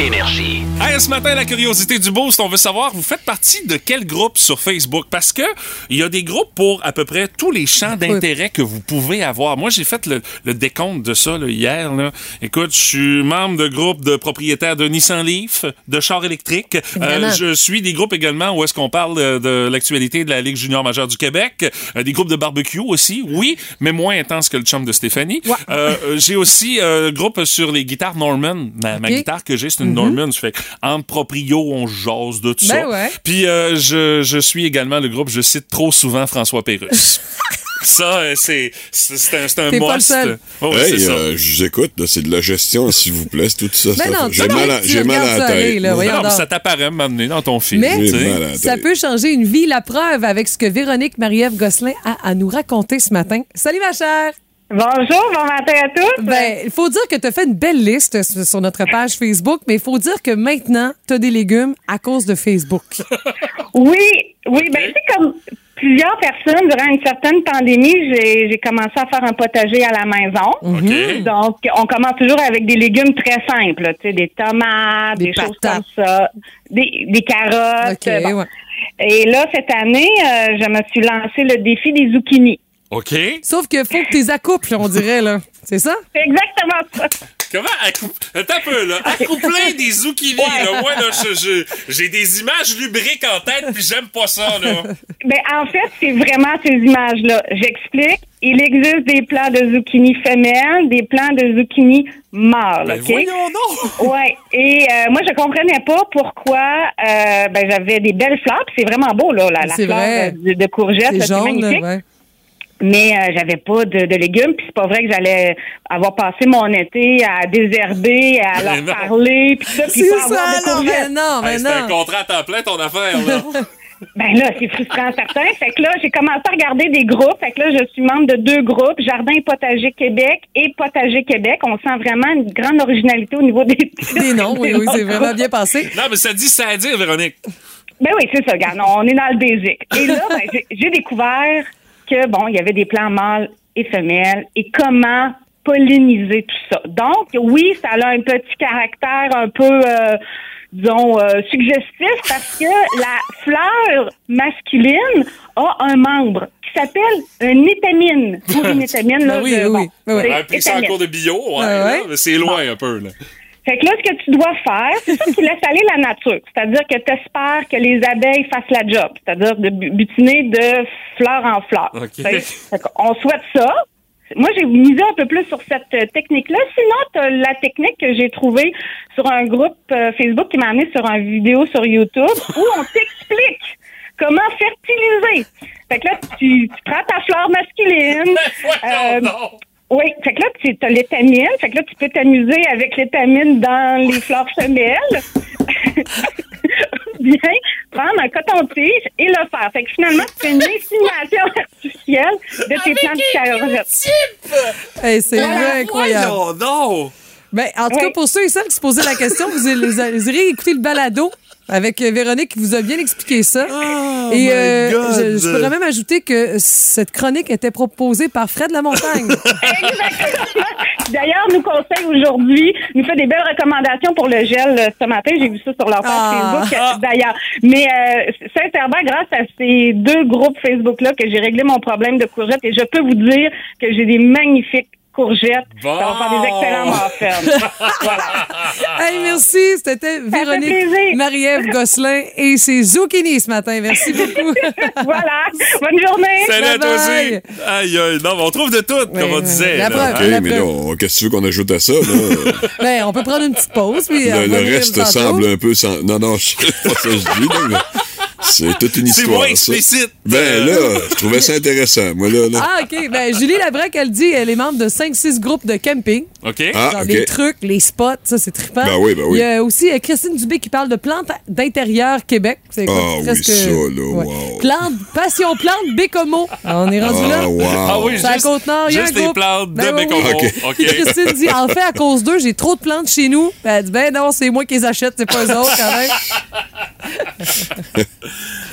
[SPEAKER 6] Énergie.
[SPEAKER 1] Hey, ce matin, la curiosité du boost, on veut savoir, vous faites partie de quel groupe sur Facebook? Parce que il y a des groupes pour à peu près tous les champs d'intérêt que vous pouvez avoir. Moi, j'ai fait le, le décompte de ça là, hier. Là. Écoute, je suis membre de groupe de propriétaires de Nissan Leaf, de chars électriques. Euh,
[SPEAKER 2] Évidemment.
[SPEAKER 1] je suis des groupes également où est-ce qu'on parle euh, de l'actualité de la Ligue junior majeure du Québec. Euh, des groupes de barbecue aussi, oui, mais moins intense que le chum de Stéphanie. Euh, euh, j'ai aussi euh, groupe sur les guitares Norman, ma, ma
[SPEAKER 2] Ok. Mhm.
[SPEAKER 1] guitare que j'ai, c'est une Norman. Ça fait que, entre proprio, on jase de tout
[SPEAKER 2] Ben
[SPEAKER 1] ça.
[SPEAKER 2] ouais.
[SPEAKER 1] Puis euh, je, je suis également le groupe, je cite trop souvent François Pérusse. ça, euh, c'est c'est c'est un, c'est un
[SPEAKER 2] T'es pas le
[SPEAKER 1] must.
[SPEAKER 2] seul.
[SPEAKER 1] Oh, oui, c'est
[SPEAKER 8] Hey,
[SPEAKER 1] ça.
[SPEAKER 8] euh, je vous écoute, là, c'est de la gestion, s'il vous plaît, c'est tout ça.
[SPEAKER 2] Ben
[SPEAKER 8] ça.
[SPEAKER 2] non,
[SPEAKER 8] j'ai
[SPEAKER 2] non,
[SPEAKER 8] mal,
[SPEAKER 2] mais
[SPEAKER 8] à,
[SPEAKER 2] tu
[SPEAKER 8] j'ai mal à
[SPEAKER 2] regardes
[SPEAKER 8] la
[SPEAKER 2] ça aller,
[SPEAKER 8] tête.
[SPEAKER 2] là,
[SPEAKER 8] moi.
[SPEAKER 2] Ben voyons.
[SPEAKER 1] Non, Ah, mais
[SPEAKER 2] donc.
[SPEAKER 1] ça t'apparaît maintenant dans ton film.
[SPEAKER 2] Mais
[SPEAKER 1] tu sais.
[SPEAKER 8] J'ai mal à la
[SPEAKER 2] ça
[SPEAKER 8] tête.
[SPEAKER 2] peut changer une vie, la preuve, avec ce que Véronique Marie-Ève Gosselin a à nous raconter ce matin. Salut, ma chère!
[SPEAKER 10] Bonjour, bon matin à tous.
[SPEAKER 2] Ben, il faut dire que tu as fait une belle liste sur sur notre page Facebook, mais il faut dire que maintenant, tu as des légumes à cause de Facebook.
[SPEAKER 10] Oui, oui, ben c'est comme plusieurs personnes durant une certaine pandémie, j'ai j'ai commencé à faire un potager à la maison.
[SPEAKER 2] Mhm.
[SPEAKER 1] OK.
[SPEAKER 10] Donc, on commence toujours avec des légumes très simples, là, tu sais, des tomates,
[SPEAKER 2] Des
[SPEAKER 10] des, choses
[SPEAKER 2] patates.
[SPEAKER 10] comme ça, des, des carottes. euh,
[SPEAKER 2] OK,
[SPEAKER 10] bon.
[SPEAKER 2] ouais.
[SPEAKER 10] Et là, cette année, euh, je me suis lancé le défi des zucchinis.
[SPEAKER 1] OK.
[SPEAKER 2] Sauf que faut que tu les accouples, on dirait, là. C'est ça?
[SPEAKER 10] C'est exactement ça.
[SPEAKER 1] Comment accou- Attends un peu, là. Accoupler des zucchini, là. Moi, là, je- je- j'ai des images lubriques en tête, puis j'aime pas ça, là.
[SPEAKER 10] Ben, en fait, c'est vraiment ces images-là. J'explique. Il existe des plants de zucchini femelles, des plants de zucchini mâles.
[SPEAKER 1] Ben,
[SPEAKER 10] OK?
[SPEAKER 1] voyons donc!
[SPEAKER 10] Ouais. Et euh, moi, je comprenais pas pourquoi euh, ben, j'avais des belles fleurs. puis C'est vraiment beau, là, la, la
[SPEAKER 2] C'est
[SPEAKER 10] fleur
[SPEAKER 2] vrai.
[SPEAKER 10] de, de courgette. là,
[SPEAKER 2] C'est
[SPEAKER 10] C'est
[SPEAKER 2] jaune,
[SPEAKER 10] magnifique.
[SPEAKER 2] ouais.
[SPEAKER 10] Mais euh, j'avais pas de, de légumes. Puis c'est pas vrai que j'allais avoir passé mon été à désherber, à
[SPEAKER 1] Mais
[SPEAKER 10] leur
[SPEAKER 1] non.
[SPEAKER 10] parler, puis ça, puis
[SPEAKER 2] C'est
[SPEAKER 10] pas avoir
[SPEAKER 2] ça,
[SPEAKER 10] de
[SPEAKER 2] non, mais
[SPEAKER 10] courgettes.
[SPEAKER 2] non, mais
[SPEAKER 1] Hey, c'est un
[SPEAKER 2] non.
[SPEAKER 1] contrat à temps plein, ton affaire, là.
[SPEAKER 10] Ben là, c'est frustrant certain. Fait que là, j'ai commencé à regarder des groupes. Fait que là, je suis membre de deux groupes, Jardin et Potager Québec et Potager Québec. On sent vraiment une grande originalité au niveau des
[SPEAKER 2] Des noms, oui, oui, c'est vraiment bien passé.
[SPEAKER 1] Non, mais ça dit ça à dire, Véronique.
[SPEAKER 10] Ben oui, c'est ça, regarde, on est dans le basic. Et là, ben, j'ai- j'ai découvert que, bon, il y avait des plans mâles et femelles et comment polliniser tout ça. Donc, oui, ça a un petit caractère un peu, euh, disons, euh, suggestif parce que la fleur masculine a un membre qui s'appelle une étamine. Ou une étamine,
[SPEAKER 2] Ah
[SPEAKER 10] là,
[SPEAKER 1] Ben oui,
[SPEAKER 10] de-
[SPEAKER 1] oui,
[SPEAKER 10] bon,
[SPEAKER 1] oui. Ben oui.
[SPEAKER 10] c'est
[SPEAKER 1] On a pris ça en
[SPEAKER 10] étamine.
[SPEAKER 1] cours de bio, ouais,
[SPEAKER 10] Ouais,
[SPEAKER 1] là,
[SPEAKER 10] ouais.
[SPEAKER 1] mais c'est loin un peu. Là.
[SPEAKER 10] Fait que là, ce que tu dois faire, c'est ça qui laisse aller la nature. C'est-à-dire que tu espères que les abeilles fassent la job. C'est-à-dire de bu- butiner de fleur en fleur.
[SPEAKER 1] OK.
[SPEAKER 10] Fait- fait qu'on souhaite ça. Moi, j'ai misé un peu plus sur cette euh, technique-là. Sinon, t'as la technique que j'ai trouvée sur un groupe euh, Facebook qui m'a amené sur une vidéo sur YouTube où on t'explique comment fertiliser. Fait que là, tu, tu prends ta fleur masculine. euh, oui, fait que là, tu as l'étamine. Fait que là, tu peux t'amuser avec l'étamine dans les fleurs femelles. Bien, prendre un coton-tige et le faire. Fait que finalement, tu fais une insémination artificielle de tes plantes de carottes.
[SPEAKER 2] Hey, c'est
[SPEAKER 10] Ah,
[SPEAKER 2] vraiment incroyable.
[SPEAKER 1] Non, non!
[SPEAKER 2] Ben, en tout cas, pour ceux et celles qui se posaient la question, vous, allez- vous allez- vous irez écouter le balado avec euh, Véronique qui vous a bien expliqué ça.
[SPEAKER 9] my
[SPEAKER 1] Oh
[SPEAKER 2] et euh,
[SPEAKER 9] God.
[SPEAKER 2] je, je pourrais même ajouter que cette chronique était proposée par Fred Lamontagne.
[SPEAKER 10] D'ailleurs, nous conseille aujourd'hui, nous fait des belles recommandations pour le gel euh, ce matin. J'ai vu ça sur leur page
[SPEAKER 2] Ah.
[SPEAKER 10] Facebook, euh, d'ailleurs. Mais euh, sincèrement, grâce à ces deux groupes Facebook-là que j'ai réglé mon problème de courgettes, et je peux vous dire que j'ai des magnifiques courgettes. Ça va faire des excellents muffins.
[SPEAKER 2] hey, merci. C'était Véronique Marie-Ève Gosselin et c'est Zucchini ce matin. Merci beaucoup.
[SPEAKER 10] voilà. Bonne journée.
[SPEAKER 1] Salut à toi aussi! Aïe, aïe, non, mais on trouve de tout, comme on disait.
[SPEAKER 2] la
[SPEAKER 1] là.
[SPEAKER 2] preuve,
[SPEAKER 1] Hein?
[SPEAKER 2] la
[SPEAKER 8] mais là, on- qu'est-ce que tu veux qu'on ajoute à ça, là?
[SPEAKER 2] Ben, on peut prendre une petite pause. Puis
[SPEAKER 8] le,
[SPEAKER 2] on
[SPEAKER 8] le
[SPEAKER 2] va revenir
[SPEAKER 8] reste
[SPEAKER 2] tantôt.
[SPEAKER 8] semble un peu sans... Non, non, je sais pas ça que je dis, là, mais c'est toute une
[SPEAKER 1] C'est
[SPEAKER 8] histoire.
[SPEAKER 1] moins
[SPEAKER 8] ça.
[SPEAKER 1] explicite. Euh.
[SPEAKER 8] Ben là, je trouvais ça intéressant, moi, là. là.
[SPEAKER 2] Ah, OK. Ben, Julie Labrac, elle dit elle est membre de 5-6 groupes de camping.
[SPEAKER 1] OK.
[SPEAKER 8] Ah,
[SPEAKER 2] Genre
[SPEAKER 8] OK.
[SPEAKER 2] les trucs, les spots, ça, c'est trippant.
[SPEAKER 8] Ben oui, ben oui.
[SPEAKER 2] Il y a aussi euh, Christine Dubé qui parle de plantes d'intérieur Québec. C'est comme
[SPEAKER 8] Ah oui,
[SPEAKER 2] presque-
[SPEAKER 8] ça, là,
[SPEAKER 2] ouais.
[SPEAKER 8] wow.
[SPEAKER 2] Plantes, passion plante, Bécomo. Ah, on est rendu
[SPEAKER 8] Ah,
[SPEAKER 2] là.
[SPEAKER 8] wow. Ah oui,
[SPEAKER 2] C'est à
[SPEAKER 1] juste-
[SPEAKER 2] Côte-Nord, il y a un
[SPEAKER 1] juste les
[SPEAKER 2] groupe.
[SPEAKER 1] plantes de
[SPEAKER 2] Ben oui,
[SPEAKER 1] Bécomo.
[SPEAKER 2] oui.
[SPEAKER 1] OK.
[SPEAKER 2] Christine dit, en fait, à cause d'eux, j'ai trop de plantes chez nous. Ben, elle dit, ben non, c'est moi qui les achète, c'est pas eux autres, quand même.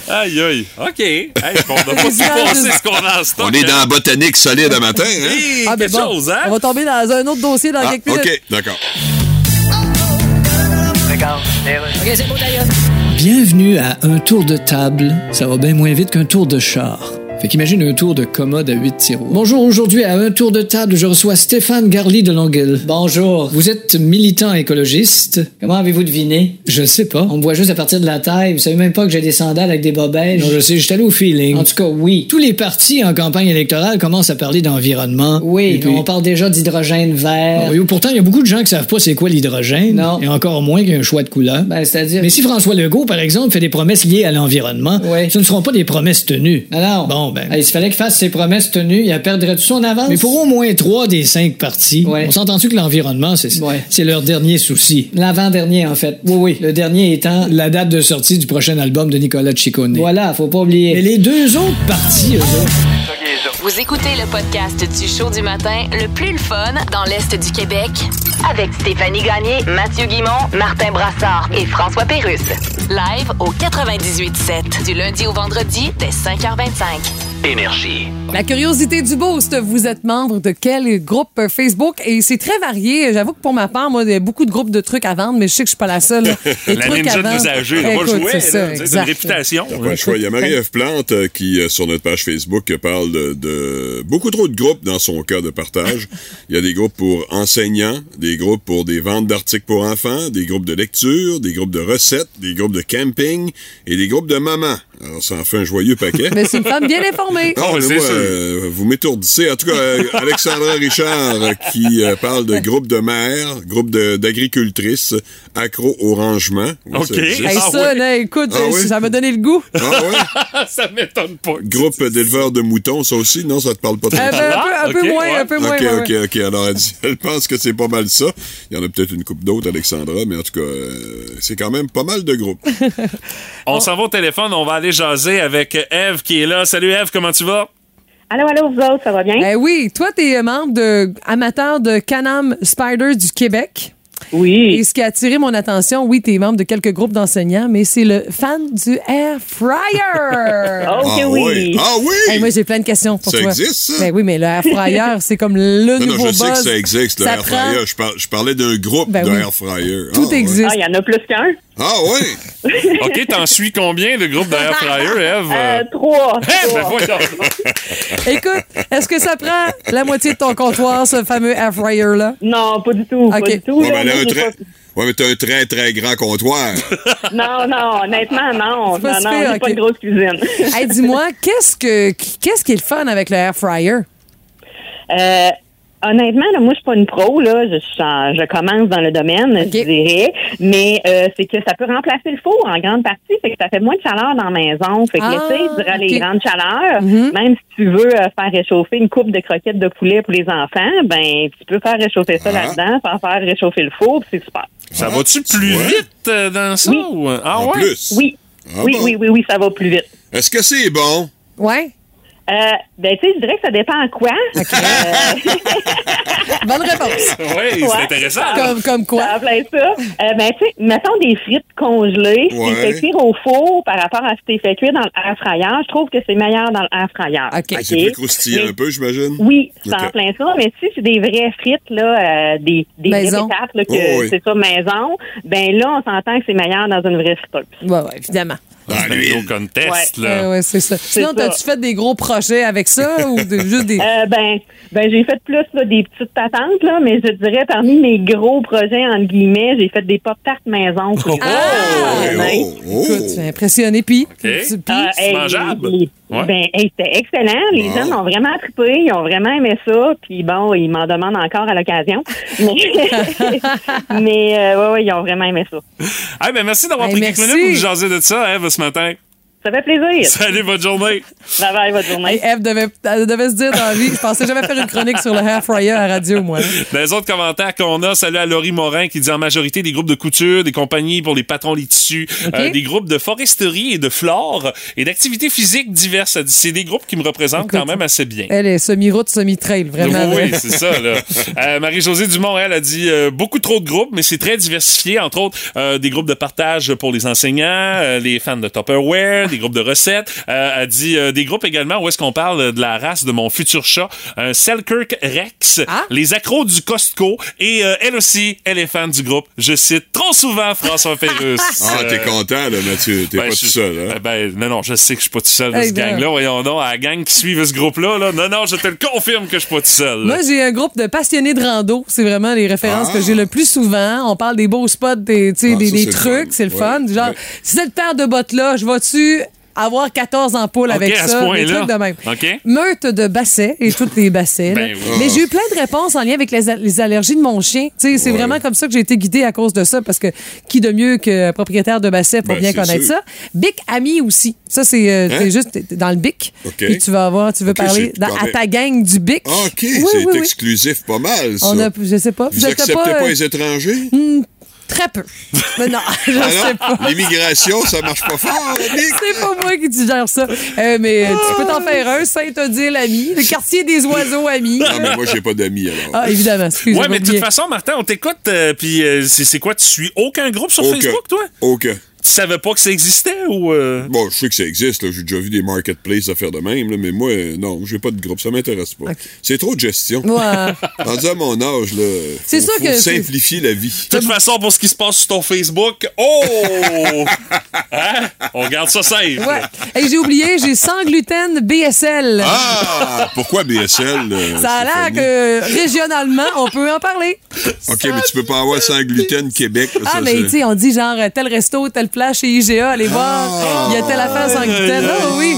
[SPEAKER 1] Aïe, aïe. OK. Hey, on n'a pas
[SPEAKER 2] Les images
[SPEAKER 1] passé
[SPEAKER 2] de-
[SPEAKER 1] ce qu'on a en stock. hein.
[SPEAKER 8] on est dans la botanique solide à matin, hein?
[SPEAKER 1] Hey,
[SPEAKER 2] Ah, ben
[SPEAKER 1] quelque
[SPEAKER 2] bon,
[SPEAKER 1] chose, hein?
[SPEAKER 2] on va tomber dans un autre dossier dans
[SPEAKER 8] Ah,
[SPEAKER 2] quelques minutes.
[SPEAKER 8] OK, d'accord.
[SPEAKER 4] Bienvenue à un tour de table. Ça va bien moins vite qu'un tour de char. Fait qu'imagine un tour de commode à 8 tiroirs. Bonjour, aujourd'hui à un tour de table, je reçois Stéphane Garly de Longueuil. Bonjour. Vous êtes militant écologiste. Comment avez-vous deviné? Je sais pas. On me voit juste à partir de la taille. Vous savez même pas que j'ai des sandales avec des bobèges. Non, je sais, j'étais allé au feeling. En tout cas, oui. Tous les partis en campagne électorale commencent à parler d'environnement. Oui, on parle déjà d'hydrogène vert. pourtant, il y a beaucoup de gens qui savent pas c'est quoi l'hydrogène. Non. Et encore moins qu'un choix de couleur. Ben, c'est-à-dire. Mais si François Legault, par exemple, fait des promesses liées à l'environnement, ce ne seront pas des promesses tenues. Alors. Bon, ben. il fallait qu'il fasse ses promesses tenues, il perdrait tout son avance. Mais pour au moins trois des cinq partis, on s'entend-tu que l'environnement, c'est c'est leur dernier souci? L'avant-dernier, en fait. Oui, oui. Le dernier étant. La date de sortie du prochain album de Nicolas Ciccone. Voilà, faut pas oublier. Mais les deux autres partis, eux autres.
[SPEAKER 3] Vous écoutez le podcast du show du matin, le plus le fun dans l'Est du Québec, avec Stéphanie Gagné, Mathieu Guimont, Martin Brassard et François Pérus. Live au 98.7, du lundi au vendredi, dès 5h25.
[SPEAKER 6] Énergie.
[SPEAKER 2] La curiosité du boost, vous êtes membre de quel groupe Facebook? Et c'est très varié. J'avoue que pour ma part, moi, il y a beaucoup de groupes de trucs à vendre, mais je sais que je suis pas la seule. Les
[SPEAKER 1] La
[SPEAKER 2] trucs
[SPEAKER 1] ninja
[SPEAKER 2] à
[SPEAKER 1] de
[SPEAKER 2] vendre.
[SPEAKER 1] nous âgés, on va
[SPEAKER 2] Écoute,
[SPEAKER 1] jouer. là,
[SPEAKER 2] c'est
[SPEAKER 1] tu
[SPEAKER 2] ça,
[SPEAKER 1] sais, C'est une
[SPEAKER 2] exact.
[SPEAKER 1] réputation.
[SPEAKER 8] T'as pas le choix. Il y a Marie-Ève Plante euh, qui, euh, sur notre page Facebook, euh, parle de, de beaucoup trop de groupes dans son cas de partage. Il y a des groupes pour enseignants, des groupes pour des ventes d'articles pour enfants, des groupes de lecture, des groupes de recettes, des groupes de camping et des groupes de mamans. Alors, ça en fait un joyeux paquet.
[SPEAKER 2] Mais c'est une femme bien informée.
[SPEAKER 8] Non,
[SPEAKER 1] Oh,
[SPEAKER 8] mais
[SPEAKER 1] c'est
[SPEAKER 8] moi,
[SPEAKER 1] sûr.
[SPEAKER 8] euh, vous m'étourdissez. En tout cas, euh, Alexandra Richard euh, qui euh, parle de groupe de mères, groupe de- d'agricultrices, accro au rangement. Oui,
[SPEAKER 1] OK.
[SPEAKER 8] ça existe.
[SPEAKER 2] Hey,
[SPEAKER 1] Ah
[SPEAKER 2] ça,
[SPEAKER 1] oui.
[SPEAKER 2] là, écoute, euh,
[SPEAKER 8] Ah oui.
[SPEAKER 2] ça m'a donné le goût.
[SPEAKER 8] Ah ouais?
[SPEAKER 1] ça m'étonne pas.
[SPEAKER 8] Groupe d'éleveurs de moutons, ça aussi, non, ça te parle pas trop.
[SPEAKER 2] Euh, ben, un peu, un
[SPEAKER 1] Ah,
[SPEAKER 2] peu
[SPEAKER 1] ok,
[SPEAKER 2] moins,
[SPEAKER 1] ouais.
[SPEAKER 2] un peu moins.
[SPEAKER 8] Ok,
[SPEAKER 2] ouais,
[SPEAKER 8] ok,
[SPEAKER 2] ouais.
[SPEAKER 8] ok. Alors, elle, dit- elle pense que c'est pas mal ça. Il y en a peut-être une coupe d'autres, Alexandra, mais en tout cas, euh, c'est quand même pas mal de groupes.
[SPEAKER 11] Oh.
[SPEAKER 1] On s'en va au téléphone, on va aller aller jaser avec Eve qui est là. Salut Eve, comment tu vas?
[SPEAKER 11] Allô, allô, vous autres, ça va bien?
[SPEAKER 2] Ben oui, toi, tu es membre de, amateur de Canam Spiders du Québec.
[SPEAKER 11] Oui.
[SPEAKER 2] Et ce qui a attiré mon attention, oui, tu es membre de quelques groupes d'enseignants, mais c'est le fan du air fryer.
[SPEAKER 11] Ok, Ah oui. oui. Ah oui!
[SPEAKER 2] Hey, moi, j'ai plein de questions pour
[SPEAKER 8] Ça
[SPEAKER 2] toi.
[SPEAKER 8] existe, ça?
[SPEAKER 2] Ben oui, mais le air fryer, c'est comme le
[SPEAKER 8] Non, non,
[SPEAKER 2] nouveau
[SPEAKER 8] je sais que
[SPEAKER 2] buzz.
[SPEAKER 8] ça existe, le
[SPEAKER 2] Ça
[SPEAKER 8] air
[SPEAKER 2] prend-
[SPEAKER 8] fryer. Je, par- je parlais d'un groupe
[SPEAKER 2] Ben
[SPEAKER 8] de
[SPEAKER 2] oui.
[SPEAKER 8] air fryer.
[SPEAKER 2] Tout
[SPEAKER 8] Ah,
[SPEAKER 2] existe.
[SPEAKER 11] Ah, il y en a plus qu'un?
[SPEAKER 8] Ah oui?
[SPEAKER 1] OK, t'en suis combien de groupes d'air fryer, Eve?
[SPEAKER 11] Euh, trois.
[SPEAKER 1] Eh, ben
[SPEAKER 11] trois.
[SPEAKER 1] voyons.
[SPEAKER 2] Écoute, est-ce que ça prend la moitié de ton comptoir, ce fameux air fryer-là?
[SPEAKER 11] Non, pas du tout. Pas du tout.
[SPEAKER 8] Ouais, ben, mais là,
[SPEAKER 11] là, moi,
[SPEAKER 8] un
[SPEAKER 11] j'ai
[SPEAKER 8] très... ouais, mais t'as un très, très grand comptoir.
[SPEAKER 11] pas- Non, non, honnêtement, non. Non,
[SPEAKER 2] pas
[SPEAKER 11] non,
[SPEAKER 2] si
[SPEAKER 11] j'ai
[SPEAKER 2] pire,
[SPEAKER 11] pas
[SPEAKER 2] ok.
[SPEAKER 11] de grosse cuisine.
[SPEAKER 2] Hey, dis-moi, qu'est-ce que qu'est-ce qui est le fun avec le air fryer?
[SPEAKER 11] Euh, honnêtement, là, moi, je suis pas une pro. Là. Je, suis en- je commence dans le domaine, je dirais. Mais euh, c'est que ça peut remplacer le four en grande partie. Fait que ça fait moins de chaleur dans la maison. Fait que
[SPEAKER 2] Ah,
[SPEAKER 11] l'été, durant les
[SPEAKER 2] ok. Mm-hmm.
[SPEAKER 11] grandes chaleurs, même si tu veux euh, faire réchauffer une coupe de croquettes de poulet pour les enfants, ben tu peux faire réchauffer ça
[SPEAKER 1] Ah.
[SPEAKER 11] là-dedans, faire faire réchauffer le four, puis c'est super.
[SPEAKER 1] Ça va-tu plus
[SPEAKER 8] vois?
[SPEAKER 1] vite euh, dans ça?
[SPEAKER 11] Oui.
[SPEAKER 1] ou- Ah
[SPEAKER 8] En
[SPEAKER 1] ouais?
[SPEAKER 8] plus.
[SPEAKER 11] Oui.
[SPEAKER 8] Ah
[SPEAKER 11] oui,
[SPEAKER 8] bon?
[SPEAKER 11] oui, oui, oui, ça va plus vite.
[SPEAKER 8] Est-ce que c'est bon?
[SPEAKER 2] Ouais.
[SPEAKER 11] Euh, ben, tu sais, je dirais que ça dépend en quoi. Euh,
[SPEAKER 2] Bonne réponse.
[SPEAKER 1] Oui, c'est
[SPEAKER 11] Ouais.
[SPEAKER 1] intéressant.
[SPEAKER 2] Comme, comme quoi?
[SPEAKER 11] Ça en plein ça. Euh, ben, tu sais, mettons des frites congelées, si tu
[SPEAKER 8] Ouais.
[SPEAKER 11] fais cuire au four par rapport à ce que tu fait cuire dans l'air fryer, je trouve que c'est meilleur dans l'air fryer.
[SPEAKER 2] OK.
[SPEAKER 8] Ah, C'est plus croustillant
[SPEAKER 11] Mais-
[SPEAKER 8] un peu, j'imagine?
[SPEAKER 11] Oui, c'est en
[SPEAKER 8] Ok.
[SPEAKER 11] plein ça, mais si c'est des vraies frites, là, euh, des, des vraies
[SPEAKER 2] Maison.
[SPEAKER 11] étapes, là, que
[SPEAKER 8] Oh, oui.
[SPEAKER 11] c'est ça, maison, ben là, on s'entend que c'est meilleur dans une vraie friteuse.
[SPEAKER 2] Ouais, ouais, évidemment.
[SPEAKER 8] Ah,
[SPEAKER 1] C'est un
[SPEAKER 8] l'huile.
[SPEAKER 1] gros contest,
[SPEAKER 11] Ouais.
[SPEAKER 1] là.
[SPEAKER 2] Ouais, ouais, c'est ça. Sinon,
[SPEAKER 11] ça.
[SPEAKER 2] t'as-tu fait des gros projets avec ça ou de- juste des.
[SPEAKER 11] Euh, ben, ben j'ai fait plus là, des petites patentes, là, mais je dirais parmi mes gros projets, entre guillemets, j'ai fait des pop-tarts
[SPEAKER 1] Oh,
[SPEAKER 11] maison. pour les
[SPEAKER 2] Ah!
[SPEAKER 8] Eh,
[SPEAKER 11] enfants.
[SPEAKER 8] oh, oh.
[SPEAKER 2] Écoute, tu m'as impressionné. Puis, tu- puis-
[SPEAKER 11] ben. Ah,
[SPEAKER 1] c'est mangeable.
[SPEAKER 11] les-
[SPEAKER 1] oh, Ouais.
[SPEAKER 11] ben, hey, c'était excellent. Les
[SPEAKER 8] Bon.
[SPEAKER 11] jeunes ont vraiment trippé. Ils ont vraiment aimé ça. Puis bon, ils m'en demandent encore à l'occasion. Mais, mais euh, ouais, ouais, ils ont vraiment aimé ça.
[SPEAKER 1] Ah, ben merci d'avoir
[SPEAKER 2] Hey,
[SPEAKER 1] pris
[SPEAKER 2] merci.
[SPEAKER 1] quelques minutes pour nous jaser de ça, Eve, ce matin.
[SPEAKER 11] Ça fait plaisir.
[SPEAKER 1] Salut, bonne journée.
[SPEAKER 11] Bye bye, votre journée.
[SPEAKER 2] Hey, Eve devait, elle devait se dire dans la vie, je pensais jamais faire une chronique sur le hair fryer à radio, moi.
[SPEAKER 1] Dans les autres commentaires qu'on a, salut à Laurie Morin qui dit en majorité des groupes de couture, des compagnies pour les patrons les tissus, euh, des groupes de foresterie et de flore et d'activités physiques diverses. Elle dit, C'est des groupes qui me représentent quand
[SPEAKER 2] Écoute.
[SPEAKER 1] même assez bien.
[SPEAKER 2] Elle est semi-route, semi-trail, vraiment.
[SPEAKER 1] Oui,
[SPEAKER 2] là.
[SPEAKER 1] c'est ça. là. Euh, Marie-Josée Dumont, elle, a dit euh, beaucoup trop de groupes, mais c'est très diversifié. Entre autres, euh, des groupes de partage pour les enseignants, euh, les fans de Tupperware, des groupes de recettes. Euh, elle dit euh, des groupes également où est-ce qu'on parle de la race de mon futur chat, un Selkirk Rex,
[SPEAKER 2] Ah.
[SPEAKER 1] les accros du Costco. Et euh, elle aussi, elle est fan du groupe. Je cite trop souvent François Pérus.
[SPEAKER 8] Ah, t'es
[SPEAKER 1] Euh,
[SPEAKER 8] content, là, Mathieu. T'es
[SPEAKER 1] ben,
[SPEAKER 8] pas
[SPEAKER 1] je-
[SPEAKER 8] tout seul, hein?
[SPEAKER 1] ben, ben, non, non, je sais que je suis pas tout seul dans
[SPEAKER 2] Hey,
[SPEAKER 1] ce
[SPEAKER 2] ben.
[SPEAKER 1] gang-là. Voyons donc, à la gang qui suit ce groupe-là, là. Non, non, je te le confirme que je suis pas tout seul. là.
[SPEAKER 2] Moi, j'ai un groupe de passionnés de rando. C'est vraiment les références
[SPEAKER 8] Ah.
[SPEAKER 2] que j'ai le plus souvent. On parle des beaux spots, des, tu sais,
[SPEAKER 8] Ah,
[SPEAKER 2] des,
[SPEAKER 8] ça,
[SPEAKER 2] des
[SPEAKER 8] c'est le fun.
[SPEAKER 2] trucs. C'est le
[SPEAKER 8] Ouais.
[SPEAKER 2] fun. Du Genre,
[SPEAKER 8] Ouais.
[SPEAKER 2] si cette paire de bottes-là, je vais-tu avoir 14 ampoules
[SPEAKER 1] Ok,
[SPEAKER 2] avec
[SPEAKER 1] à ce
[SPEAKER 2] ça? Des
[SPEAKER 1] point-là.
[SPEAKER 2] trucs de
[SPEAKER 8] Ah.
[SPEAKER 2] même.
[SPEAKER 1] Ok.
[SPEAKER 2] Meute de basset et toutes les bassets. là.
[SPEAKER 1] Ben oui.
[SPEAKER 2] Mais j'ai eu plein de réponses en lien avec les, a- les allergies de mon chien. Tu sais, C'est
[SPEAKER 8] Ouais.
[SPEAKER 2] vraiment comme ça que j'ai été guidée à cause de ça parce que qui de mieux que propriétaire de basset pour
[SPEAKER 8] Ben,
[SPEAKER 2] bien
[SPEAKER 8] c'est
[SPEAKER 2] connaître
[SPEAKER 8] sûr.
[SPEAKER 2] ça? Bic Ami aussi. Ça, c'est euh,
[SPEAKER 8] Hein?
[SPEAKER 2] c'est juste t'es- t'es dans le Bic.
[SPEAKER 8] Ok.
[SPEAKER 2] Puis tu vas avoir, tu veux
[SPEAKER 8] Ok,
[SPEAKER 2] parler
[SPEAKER 8] c'est
[SPEAKER 2] dans-
[SPEAKER 8] quand
[SPEAKER 2] à
[SPEAKER 8] même-
[SPEAKER 2] ta gang du Bic.
[SPEAKER 8] Ah, OK,
[SPEAKER 2] Oui,
[SPEAKER 8] c'est
[SPEAKER 2] oui, oui.
[SPEAKER 8] exclusif pas mal, ça.
[SPEAKER 2] On a, je sais pas.
[SPEAKER 8] Vous
[SPEAKER 2] êtes
[SPEAKER 8] acceptez pas,
[SPEAKER 2] euh,
[SPEAKER 8] les étrangers?
[SPEAKER 2] Très peu. Mais non, je
[SPEAKER 8] Ah non?
[SPEAKER 2] sais pas.
[SPEAKER 8] L'immigration, ça marche pas fort, Nick.
[SPEAKER 2] C'est pas moi qui digère ça. Euh, mais euh, tu peux t'en faire un, Saint-Odile, ami. Le quartier des oiseaux, ami.
[SPEAKER 8] Non, Ah, mais moi, j'ai pas d'amis, alors.
[SPEAKER 2] Ah, évidemment, excusez
[SPEAKER 1] Ouais, mais de toute façon, Martin, on t'écoute, euh, puis euh, c'est c'est quoi, tu suis aucun groupe sur
[SPEAKER 8] Aucun.
[SPEAKER 1] Facebook, toi?
[SPEAKER 8] Aucun.
[SPEAKER 1] Tu savais pas que ça existait ou... euh?
[SPEAKER 8] Bon, je sais que ça existe, là. J'ai déjà vu des marketplaces à faire de même, là, mais moi, euh, non, j'ai pas de groupe. Ça m'intéresse pas. C'est trop de gestion. Rendu à mon âge, là.
[SPEAKER 2] C'est
[SPEAKER 8] faut-
[SPEAKER 2] sûr
[SPEAKER 8] faut
[SPEAKER 2] que c'est-
[SPEAKER 8] Simplifier la vie.
[SPEAKER 1] De toute façon, pour ce qui se passe sur ton Facebook, oh! Hein? On garde ça safe.
[SPEAKER 2] Ouais. Et j'ai oublié, j'ai sans gluten BSL.
[SPEAKER 8] Ah! Pourquoi BSL? euh,
[SPEAKER 2] ça a l'air
[SPEAKER 8] Stéphanie?
[SPEAKER 2] que régionalement, on peut en parler.
[SPEAKER 8] OK, mais tu peux pas avoir sans gluten Québec. là,
[SPEAKER 2] Ah,
[SPEAKER 8] ça,
[SPEAKER 2] mais
[SPEAKER 8] c'est-
[SPEAKER 2] tu sais, on dit genre tel resto, telle plage chez IGA, allez
[SPEAKER 1] Ah.
[SPEAKER 2] voir. Il y a telle affaire sans gluten. Ah oui.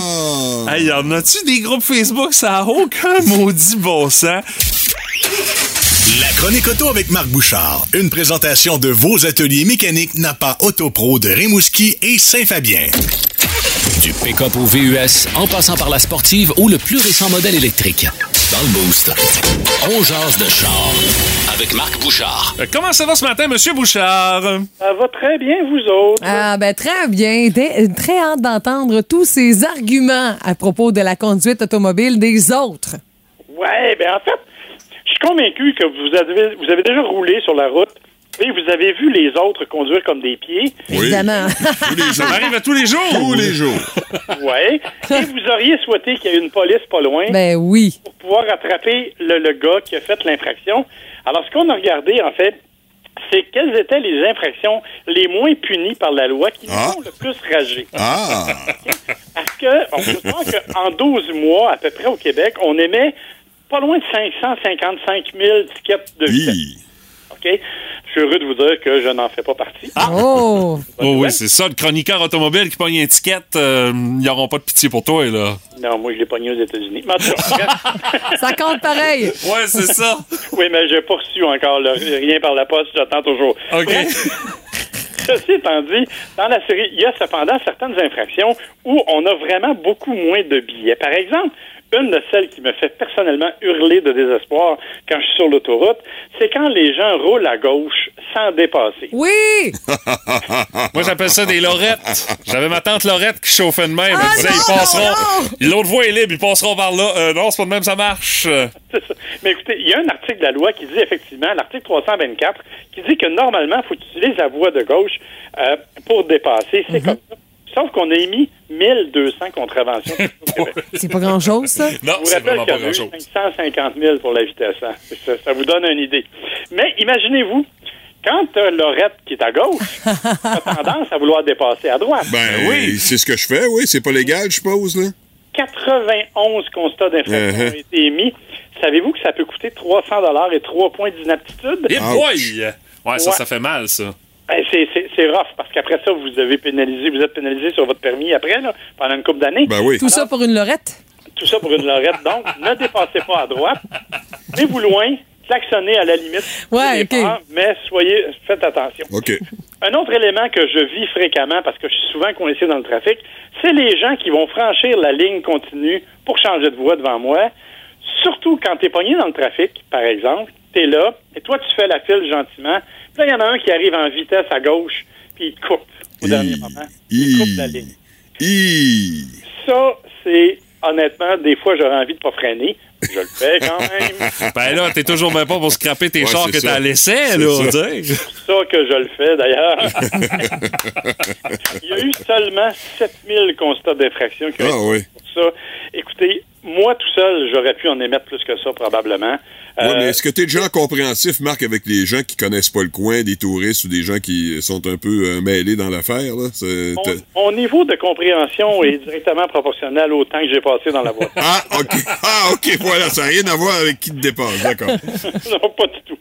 [SPEAKER 8] Ah.
[SPEAKER 1] Hey, y en a-tu des groupes Facebook? Ça a aucun maudit bon sens.
[SPEAKER 12] La chronique auto avec Marc Bouchard. Une présentation de vos ateliers mécaniques Napa Autopro de Rimouski et Saint-Fabien.
[SPEAKER 6] Du pick-up au VUS, en passant par la sportive ou le plus récent modèle électrique. Dans le boost. On jase de char avec Marc Bouchard.
[SPEAKER 1] Euh, Comment ça va ce matin, Monsieur Bouchard?
[SPEAKER 13] Ça va très bien, vous autres.
[SPEAKER 2] Ah, ben, très bien. Dé- très hâte d'entendre tous ces arguments à propos de la conduite automobile des autres.
[SPEAKER 13] Ouais, ben en fait, je suis convaincu que vous avez, vous avez déjà roulé sur la route et vous avez vu les autres conduire comme des pieds.
[SPEAKER 2] Évidemment.
[SPEAKER 1] Ça m'arrive à tous les jours. Tous les
[SPEAKER 8] jours.
[SPEAKER 13] Ouais. Et vous auriez souhaité qu'il y ait une police pas loin.
[SPEAKER 2] Ben oui.
[SPEAKER 13] pour pouvoir attraper le, le gars qui a fait l'infraction. Alors, ce qu'on a regardé, en fait, c'est quelles étaient les infractions les moins punies par la loi qui nous
[SPEAKER 7] Ah.
[SPEAKER 13] font le plus rager.
[SPEAKER 7] Ah.
[SPEAKER 13] Parce que, on se rend qu'en 12 mois, à peu près au Québec, on émet pas loin de 555 000 tickets de vitesse. OK? Je suis heureux de vous dire que je n'en fais pas partie.
[SPEAKER 2] Oh!
[SPEAKER 1] Oh Ah! oui, c'est ça, le chroniqueur automobile qui pogne une étiquette, euh, ils n'auront pas de pitié pour toi, là.
[SPEAKER 13] Non, moi, je l'ai pogné aux États-Unis. Mais en tout cas,
[SPEAKER 2] Ça compte pareil.
[SPEAKER 1] Ouais, c'est ça.
[SPEAKER 13] Oui, mais je poursuis encore là. rien par la poste, j'attends toujours.
[SPEAKER 1] OK.
[SPEAKER 13] Ceci étant dit, dans la série, il y a cependant certaines infractions où on a vraiment beaucoup moins de billets. Par exemple, une de celles qui me fait personnellement hurler de désespoir quand je suis sur l'autoroute, c'est quand les gens roulent à gauche sans dépasser.
[SPEAKER 2] Oui!
[SPEAKER 1] Moi, j'appelle ça des lorettes. J'avais ma tante Lorette qui chauffait de même. Elle
[SPEAKER 13] Ah,
[SPEAKER 1] disait,
[SPEAKER 13] non,
[SPEAKER 1] ils
[SPEAKER 13] non,
[SPEAKER 1] passeront. L'autre voie est libre, ils passeront par là. Euh, non, c'est pas de même, ça marche. Euh,
[SPEAKER 13] C'est ça. Mais écoutez, il y a un article de la loi qui dit effectivement, l'article 324, qui dit que normalement, il faut utiliser la voie de gauche euh, pour dépasser.
[SPEAKER 8] Mhm.
[SPEAKER 13] C'est comme ça. Sauf qu'on a émis 1200 contraventions.
[SPEAKER 2] C'est pas grand-chose, ça?
[SPEAKER 1] Non,
[SPEAKER 13] je vous rappelle qu'il y en a eu 550 000 pour la vitesse. hein. Ça, ça vous donne une idée. Mais imaginez-vous, quand t'as Lorette qui est à gauche, t'as tendance à vouloir dépasser à droite.
[SPEAKER 8] Ben oui. C'est ce que je fais, oui. C'est pas légal, je suppose, là.
[SPEAKER 13] 91 constats d'infraction
[SPEAKER 8] Uh-huh.
[SPEAKER 13] ont été émis. Savez-vous que ça peut coûter 300 et 3 points d'inaptitude?
[SPEAKER 8] Eh
[SPEAKER 1] Et boy! Ouais, ça,
[SPEAKER 13] Ouais.
[SPEAKER 1] ça fait mal, ça.
[SPEAKER 13] Ben, c'est- c'est c'est rough, parce qu'après ça, vous avez pénalisé, vous êtes pénalisé sur votre permis après, là, pendant une couple d'années.
[SPEAKER 1] Ben
[SPEAKER 2] Tout ça pour une lorette?
[SPEAKER 13] Tout ça pour une lorette, donc ne dépassez pas à droite. Tenez-vous loin, klaxonnez à la limite.
[SPEAKER 2] Ouais,
[SPEAKER 13] Tenez
[SPEAKER 2] OK.
[SPEAKER 13] pas, Mais soyez, faites attention.
[SPEAKER 8] OK.
[SPEAKER 13] Un autre élément que je vis fréquemment, parce que je suis souvent coincé dans le trafic, c'est les gens qui vont franchir la ligne continue pour changer de voie devant moi. Surtout quand t'es pogné dans le trafic, par exemple, t'es là, et toi, tu fais la file gentiment. Puis là, il y en a un qui arrive en vitesse à gauche, puis il te coupe au dernier moment. Il coupe la ligne. Ça, c'est, honnêtement, des fois, j'aurais envie de pas freiner. Je le fais quand même.
[SPEAKER 1] Ben là, t'es toujours même pas pour scraper tes
[SPEAKER 13] Ouais,
[SPEAKER 1] chars
[SPEAKER 13] c'est
[SPEAKER 1] que
[SPEAKER 13] ça.
[SPEAKER 1] t'as laissé,
[SPEAKER 13] C'est
[SPEAKER 1] là.
[SPEAKER 13] ça.
[SPEAKER 1] tu sais.
[SPEAKER 13] C'est pour ça que je le fais, d'ailleurs. Il y a eu seulement 7000 constats d'infraction qui ont été
[SPEAKER 8] Ah, oui.
[SPEAKER 13] pour ça. Écoutez, moi tout seul, j'aurais pu en émettre plus que ça, probablement.
[SPEAKER 8] Ouais,
[SPEAKER 13] Euh,
[SPEAKER 8] mais est-ce que t'es déjà compréhensif, Marc, avec les gens qui connaissent pas le coin, des touristes ou des gens qui sont un peu euh, mêlés dans l'affaire, là? C'est- t'as-
[SPEAKER 13] mon niveau de compréhension est directement proportionnel au temps que j'ai passé dans la voie.
[SPEAKER 8] Ah, OK. Ah, OK, voilà, ça n'a rien à voir avec qui te dépasse, d'accord.
[SPEAKER 13] non, pas du tout.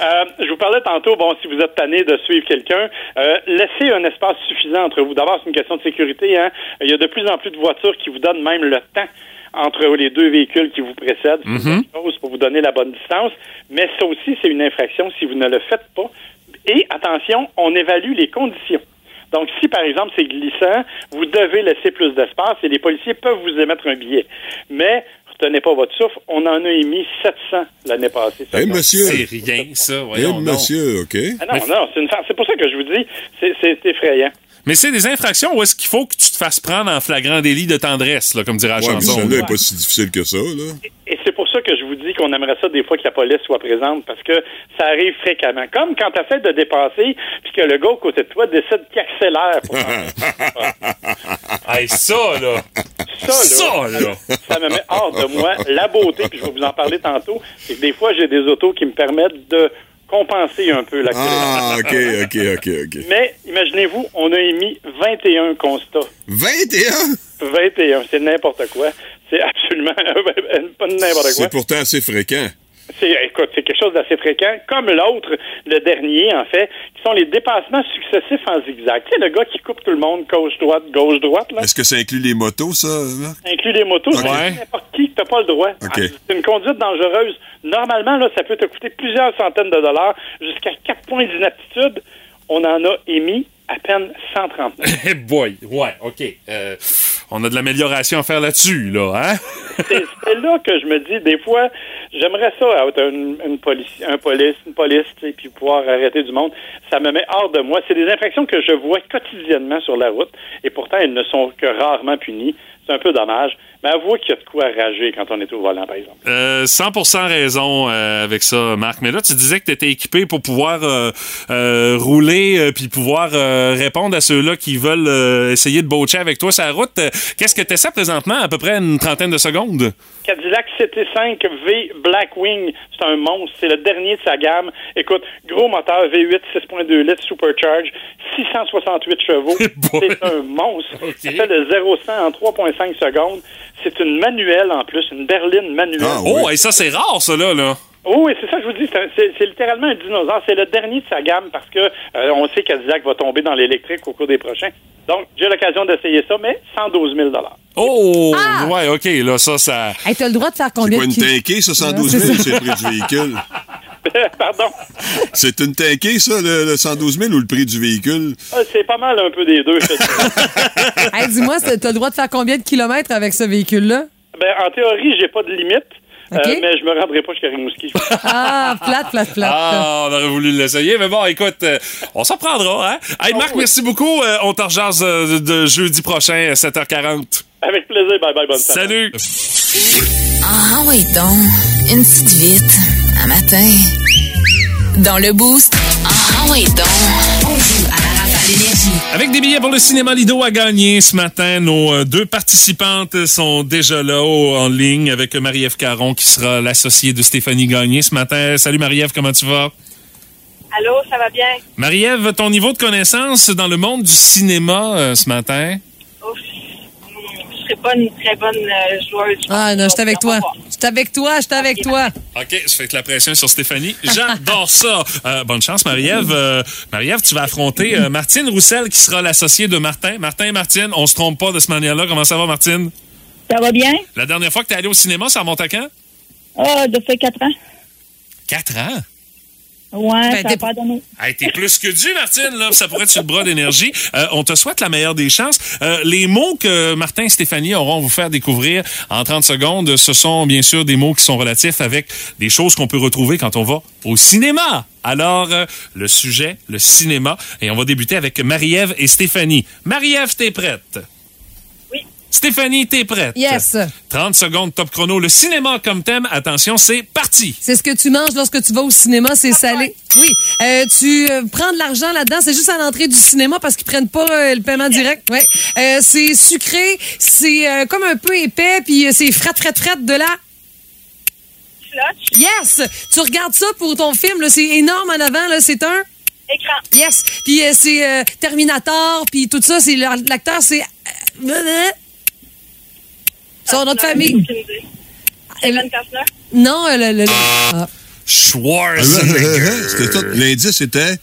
[SPEAKER 13] Euh, je vous parlais tantôt, bon, si vous êtes tanné de suivre quelqu'un, euh, laissez un espace suffisant entre vous. D'abord, c'est une question de sécurité. Hein. Il y a de plus en plus de voitures qui vous donnent même le temps entre les deux véhicules qui vous précèdent. C'est
[SPEAKER 7] Mhm.
[SPEAKER 13] une chose pour vous donner la bonne distance. Mais ça aussi, c'est une infraction si vous ne le faites pas. Et attention, on évalue les conditions. Donc, si par exemple c'est glissant, vous devez laisser plus d'espace et les policiers peuvent vous émettre un billet. Mais retenez pas votre souffle, on en a émis 700 l'année passée.
[SPEAKER 8] Eh, monsieur.
[SPEAKER 1] C'est rien, ça.
[SPEAKER 8] Eh,
[SPEAKER 1] Voyons donc.
[SPEAKER 8] monsieur, OK.
[SPEAKER 13] Ah non, non, c'est une farce. C'est pour ça que je vous dis, c'est- c'est effrayant.
[SPEAKER 1] Mais c'est des infractions où est-ce qu'il faut que tu te fasses prendre en flagrant délit de tendresse, là, comme dirait la
[SPEAKER 8] Ouais, mais
[SPEAKER 1] chanson.
[SPEAKER 8] celle-là n'est pas si difficile que ça, là.
[SPEAKER 13] Et c'est pour ça que je vous dis qu'on aimerait ça des fois que la police soit présente, parce que ça arrive fréquemment. Comme quand tu fait de dépasser, puis que le gars au côté de toi décide qu'il accélère. Pour...
[SPEAKER 1] Hey, ça, là!
[SPEAKER 13] ça, là, ça me met hors de moi. La beauté, puis je vais vous en parler tantôt, c'est que des fois, j'ai des autos qui me permettent de compenser un peu la
[SPEAKER 8] Ah, OK, OK, OK, OK.
[SPEAKER 13] Mais imaginez-vous, on a émis 21 constats.
[SPEAKER 8] 21?
[SPEAKER 13] 21, c'est n'importe quoi. C'est absolument euh, pas n'importe quoi.
[SPEAKER 8] C'est pourtant assez fréquent.
[SPEAKER 13] C'est, écoute, c'est quelque chose d'assez fréquent, comme l'autre, le dernier, en fait, qui sont les dépassements successifs en zigzag. Tu sais, le gars qui coupe tout le monde gauche-droite, gauche-droite, là.
[SPEAKER 8] Est-ce que ça inclut les motos, ça, là?
[SPEAKER 13] Ça inclut les motos,
[SPEAKER 8] Ok.
[SPEAKER 13] ça inclut n'importe qui, t'as pas le droit.
[SPEAKER 8] OK.
[SPEAKER 13] C'est une conduite dangereuse. Normalement, là, ça peut te coûter plusieurs centaines de dollars, jusqu'à 4 points d'inaptitude. On en a émis à peine 139.
[SPEAKER 1] Eh boy, ouais, ok. Euh, on a de l'amélioration à faire là-dessus, là, hein?
[SPEAKER 13] C'est c'est là que je me dis, des fois, j'aimerais ça hein, être une, une police, un police, une police, tu sais, puis pouvoir arrêter du monde. Ça me met hors de moi. C'est des infractions que je vois quotidiennement sur la route, et pourtant, elles ne sont que rarement punies. C'est un peu dommage. Mais avouez qu'il y a de quoi rager quand on est au volant, par exemple.
[SPEAKER 1] Euh, 100% raison euh, avec ça, Marc. Mais là, tu disais que tu étais équipé pour pouvoir euh, euh, rouler euh, puis pouvoir euh, répondre à ceux-là qui veulent euh, essayer de botcher avec toi sur la route. Euh, Qu'est-ce que tu essaies présentement? À peu près une trentaine de secondes?
[SPEAKER 13] Cadillac CT5 V Blackwing, c'est un monstre, c'est le dernier de sa gamme. Écoute, gros moteur V8 6.2 litres supercharge, 668 chevaux, c'est un monstre. Ça fait le 0 100 en 3.5 secondes. C'est une manuelle en plus, une berline manuelle.
[SPEAKER 8] Ah,
[SPEAKER 1] oh, et ça, c'est rare, ça, là. là.
[SPEAKER 13] Oh, oui, c'est ça, que je vous dis, c'est un- c'est c'est littéralement un dinosaure. C'est le dernier de sa gamme parce que euh, on sait que Cadillac va tomber dans l'électrique au cours des prochains. Donc, j'ai l'occasion d'essayer ça, mais 112 000
[SPEAKER 1] Oh,
[SPEAKER 2] Ah!
[SPEAKER 1] ouais, OK, là, ça, ça...
[SPEAKER 2] Hey, t'as le droit de faire combien de kilomètres?
[SPEAKER 8] Tinqué, ça, 112 000,
[SPEAKER 2] Ouais, c'est
[SPEAKER 8] c'est le prix du véhicule.
[SPEAKER 13] Pardon?
[SPEAKER 8] C'est une tinquée, ça, le, le 112 000 ou le prix du véhicule?
[SPEAKER 13] Ah, C'est pas mal un peu des deux. effectivement.
[SPEAKER 2] Hey, dis-moi, c'est- t'as le droit de faire combien de kilomètres avec ce véhicule-là?
[SPEAKER 13] Ben, en théorie, j'ai pas de limite, euh,
[SPEAKER 2] OK.
[SPEAKER 13] mais je me rendrai pas jusqu'à Rimouski.
[SPEAKER 2] Ah, plate, plate, plate.
[SPEAKER 1] Ah, on aurait voulu l'essayer, mais bon, écoute, euh, on s'en prendra, hein? Hey,
[SPEAKER 13] Ah,
[SPEAKER 1] Marc, merci beaucoup. Euh, on te rejase euh, de, de jeudi prochain, euh, à 7h40.
[SPEAKER 13] Avec plaisir, bye bye, bonne semaine.
[SPEAKER 1] Salut!
[SPEAKER 14] Ah oui, donc, une petite vite, un matin. Dans le boost. Ah oui, donc, on joue à la rafale énergie.
[SPEAKER 1] Avec des billets pour le cinéma Lido à gagner ce matin, nos euh, deux participantes sont déjà là au- en ligne avec Marie-Ève Caron qui sera l'associée de Stéphanie Gagné ce matin. Salut Marie-Ève, comment tu vas?
[SPEAKER 11] Allô, ça va bien?
[SPEAKER 1] Marie-Ève, ton niveau de connaissance dans le monde du cinéma euh, ce matin?
[SPEAKER 11] Je serais pas une très bonne euh, joueuse.
[SPEAKER 2] Ah non, j'étais avec toi. J'étais avec toi, j'étais avec toi.
[SPEAKER 1] OK, ça fait que la pression est sur Stéphanie. J'adore ça! Euh, bonne chance, Marie-Ève. Euh, Marie-Ève, tu vas affronter euh, Martine Roussel qui sera l'associée de Martin. Martin et Martine, on se trompe pas de ce manière-là. Comment ça va, Martine?
[SPEAKER 11] Ça va bien?
[SPEAKER 1] La dernière fois que t'es allée au cinéma, ça remonte à quand?
[SPEAKER 11] Ah, oh, depuis quatre ans.
[SPEAKER 1] Quatre ans?
[SPEAKER 11] Ouais,
[SPEAKER 1] Ben,
[SPEAKER 11] ça
[SPEAKER 1] t'es-
[SPEAKER 11] a pas donné.
[SPEAKER 1] Hey, t'es plus que dû, Martine, là. Ça pourrait être sur le bras d'énergie. Euh, on te souhaite la meilleure des chances. Euh, les mots que Martin et Stéphanie auront à vous faire découvrir en 30 secondes, ce sont bien sûr des mots qui sont relatifs avec des choses qu'on peut retrouver quand on va au cinéma. Alors, euh, le sujet, le cinéma. Et on va débuter avec Marie-Ève et Stéphanie. Marie-Ève, t'es prête? Oui. Stéphanie, t'es prête?
[SPEAKER 2] Yes.
[SPEAKER 1] 30 secondes, top chrono. Le cinéma comme thème, attention, c'est parti.
[SPEAKER 2] C'est ce que tu manges lorsque tu vas au cinéma, c'est salé. Oui. Euh, tu euh, prends de l'argent là-dedans, c'est juste à l'entrée du cinéma parce qu'ils prennent pas euh, le paiement direct. Ouais. Euh, c'est sucré, c'est euh, comme un peu épais, puis euh, c'est frette, frette, frette de là. Yes! Tu regardes ça pour ton film, là, c'est énorme en avant, là, c'est un... Écran. Yes! Puis euh, c'est euh, Terminator, puis tout ça, c'est l'acteur, c'est... euh, Son nom de famille. Kevin Costner? Non, euh, le... le- Ah.
[SPEAKER 1] Schwarzenegger.
[SPEAKER 8] C'était tout. L'indice était.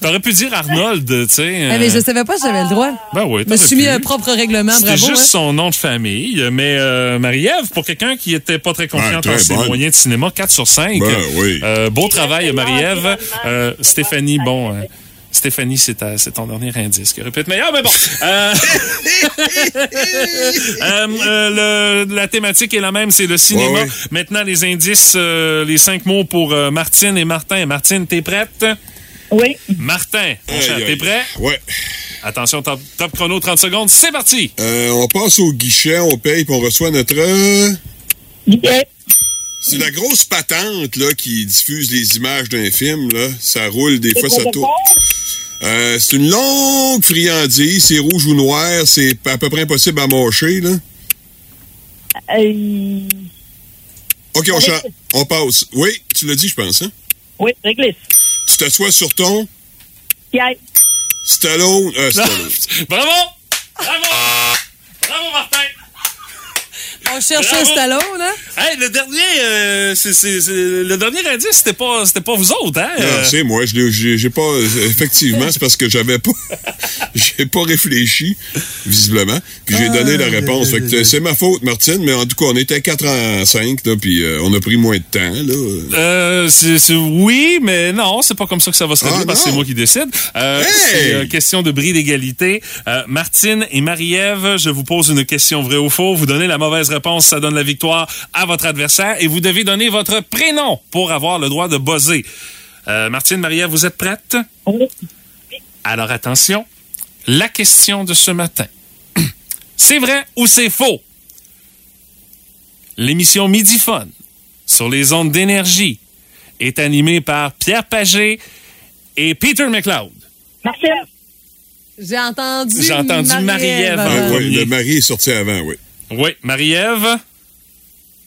[SPEAKER 1] T'aurais pu dire Arnold, tu sais.
[SPEAKER 2] Ah,
[SPEAKER 1] euh,
[SPEAKER 2] mais je savais pas si j'avais le droit.
[SPEAKER 1] Ben oui,
[SPEAKER 2] Je me
[SPEAKER 1] t'aurais
[SPEAKER 2] suis mis
[SPEAKER 1] pu.
[SPEAKER 2] un propre règlement,
[SPEAKER 1] C'était
[SPEAKER 2] bravo.
[SPEAKER 1] juste
[SPEAKER 2] hein.
[SPEAKER 1] son nom de famille, mais euh, Marie-Ève, pour quelqu'un qui était pas très confiante
[SPEAKER 8] Ben,
[SPEAKER 1] en
[SPEAKER 8] très
[SPEAKER 1] ses
[SPEAKER 8] bonne.
[SPEAKER 1] moyens de cinéma, 4 sur 5.
[SPEAKER 8] Ben oui.
[SPEAKER 1] Euh, beau travail, Marie-Ève. Euh, Stéphanie, bon... euh, Stéphanie, c'est ta- c'est ton dernier indice. Qui aurait pu être meilleur, mais bon. Euh, euh, euh, le- la thématique est la même, c'est le cinéma.
[SPEAKER 8] Ouais, ouais.
[SPEAKER 1] Maintenant, les indices, euh, les cinq mots pour euh, Martine et Martin. Martine, t'es prête?
[SPEAKER 11] Oui.
[SPEAKER 1] Martin, mon
[SPEAKER 8] Aïe,
[SPEAKER 1] cher,
[SPEAKER 8] aïe.
[SPEAKER 1] t'es prêt?
[SPEAKER 8] Ouais.
[SPEAKER 1] Attention, top, top chrono, 30 secondes, c'est parti!
[SPEAKER 8] Euh, on passe au guichet, on paye, puis on reçoit notre. euh, C'est la grosse patente là, qui diffuse les images d'un film. Là. Ça roule, des fois, ça tourne. Euh, c'est une longue friandise, c'est rouge ou noir, c'est à peu près impossible à mâcher. Là.
[SPEAKER 11] Euh,
[SPEAKER 8] OK, on,
[SPEAKER 11] Avec-
[SPEAKER 8] cha- on passe. Oui, tu l'as dit, je pense. Hein?
[SPEAKER 11] Oui, réglisse.
[SPEAKER 8] Tu t'assois sur ton
[SPEAKER 11] Pierre.
[SPEAKER 8] Stallone. Euh, Stallone.
[SPEAKER 1] Bravo! Bravo! Bravo, Martin!
[SPEAKER 2] On cherchait
[SPEAKER 1] Bravo!
[SPEAKER 2] Stallone, hein?
[SPEAKER 1] Hey, le dernier, euh, c'est- c'est- c'est- le dernier indice, c'était pas, c'était pas vous autres, hein?
[SPEAKER 8] Non,
[SPEAKER 1] Euh,
[SPEAKER 8] c'est moi, je l'ai- j'ai j'ai pas. Effectivement, c'est parce que j'avais pas. J'ai pas réfléchi, visiblement. Puis
[SPEAKER 1] Ah,
[SPEAKER 8] j'ai donné la réponse. Fait que c'est ma faute, Martine, mais en tout cas, on était 4 à 5, là, puis euh, on a pris moins de temps, là.
[SPEAKER 1] Euh, c'est, c'est- oui, mais non, c'est pas comme ça que ça va se régler parce que c'est moi qui décide. Euh, C'est euh, question de bris d'égalité. Euh, Martine et Marie-Ève, je vous pose une question vraie ou faux. Vous donnez la mauvaise réponse, ça donne la victoire à votre adversaire et vous devez donner votre prénom pour avoir le droit de buzzer. Euh, Martine, Marie-Ève, vous êtes prête? Alors attention, la question de ce matin. C'est vrai ou c'est faux? L'émission Midifone sur les ondes d'énergie est animée par Pierre Pagé et Peter McLeod.
[SPEAKER 2] J'ai entendu.
[SPEAKER 1] J'ai entendu Marie-Ève.
[SPEAKER 8] Ah,
[SPEAKER 1] en
[SPEAKER 8] oui,
[SPEAKER 1] premier.
[SPEAKER 8] le mari est sorti avant, oui.
[SPEAKER 1] Oui, Marie-Ève.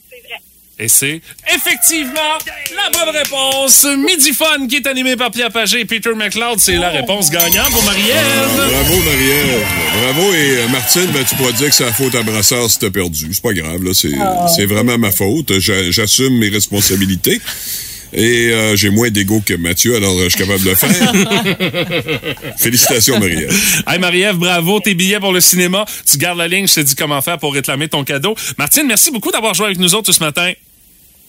[SPEAKER 1] C'est vrai. Et c'est effectivement la bonne réponse. Midifone qui est animé par Pierre Pagé et Peter McLeod, c'est la réponse gagnante pour Marie-Ève.
[SPEAKER 8] Bravo, Marie-Ève. Bravo. Et euh, Martine, ben, tu pourras dire que c'est la faute à Brassard si t'as perdu. C'est pas grave, là. C'est
[SPEAKER 1] Ah.
[SPEAKER 8] c'est vraiment ma faute. J'a- J'assume mes responsabilités. Et euh, j'ai moins d'ego que Mathieu, alors euh, je suis capable de le faire. Félicitations, Marie-Ève.
[SPEAKER 1] Hey, Marie-Ève, bravo, tes billets pour le cinéma. Tu gardes la ligne, je te dis comment faire pour réclamer ton cadeau. Martine, merci beaucoup d'avoir joué avec nous autres ce matin.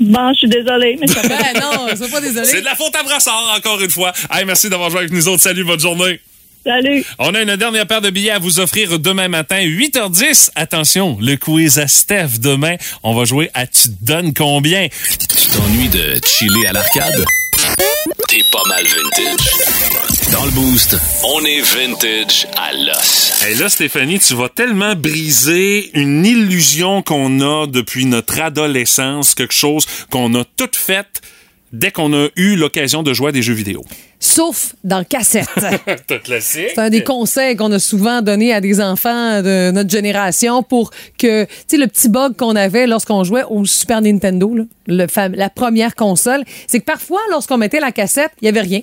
[SPEAKER 11] Bon, je suis désolée, mais ça
[SPEAKER 2] Ben non, sois pas désolé.
[SPEAKER 1] C'est de la faute à Brassard, encore une fois. Hey, merci d'avoir joué avec nous autres. Salut, bonne journée.
[SPEAKER 11] Salut.
[SPEAKER 1] On a une dernière paire de billets à vous offrir demain matin, 8h10. Attention, le quiz à Steph demain. On va jouer à Tu te donnes combien?
[SPEAKER 6] Tu t'ennuies de chiller à l'arcade? T'es pas mal vintage. Dans le boost, on est vintage à l'os.
[SPEAKER 1] Et là, Stéphanie, tu vas tellement briser une illusion qu'on a depuis notre adolescence, quelque chose qu'on a toute faite dès qu'on a eu l'occasion de jouer à des jeux vidéo.
[SPEAKER 2] Sauf dans cassette.
[SPEAKER 1] T'as classique.
[SPEAKER 2] C'est un des conseils qu'on a souvent donné à des enfants de notre génération pour que, tu sais, le petit bug qu'on avait lorsqu'on jouait au Super Nintendo, là, le fam- la première console, c'est que parfois, lorsqu'on mettait la cassette, il y avait rien.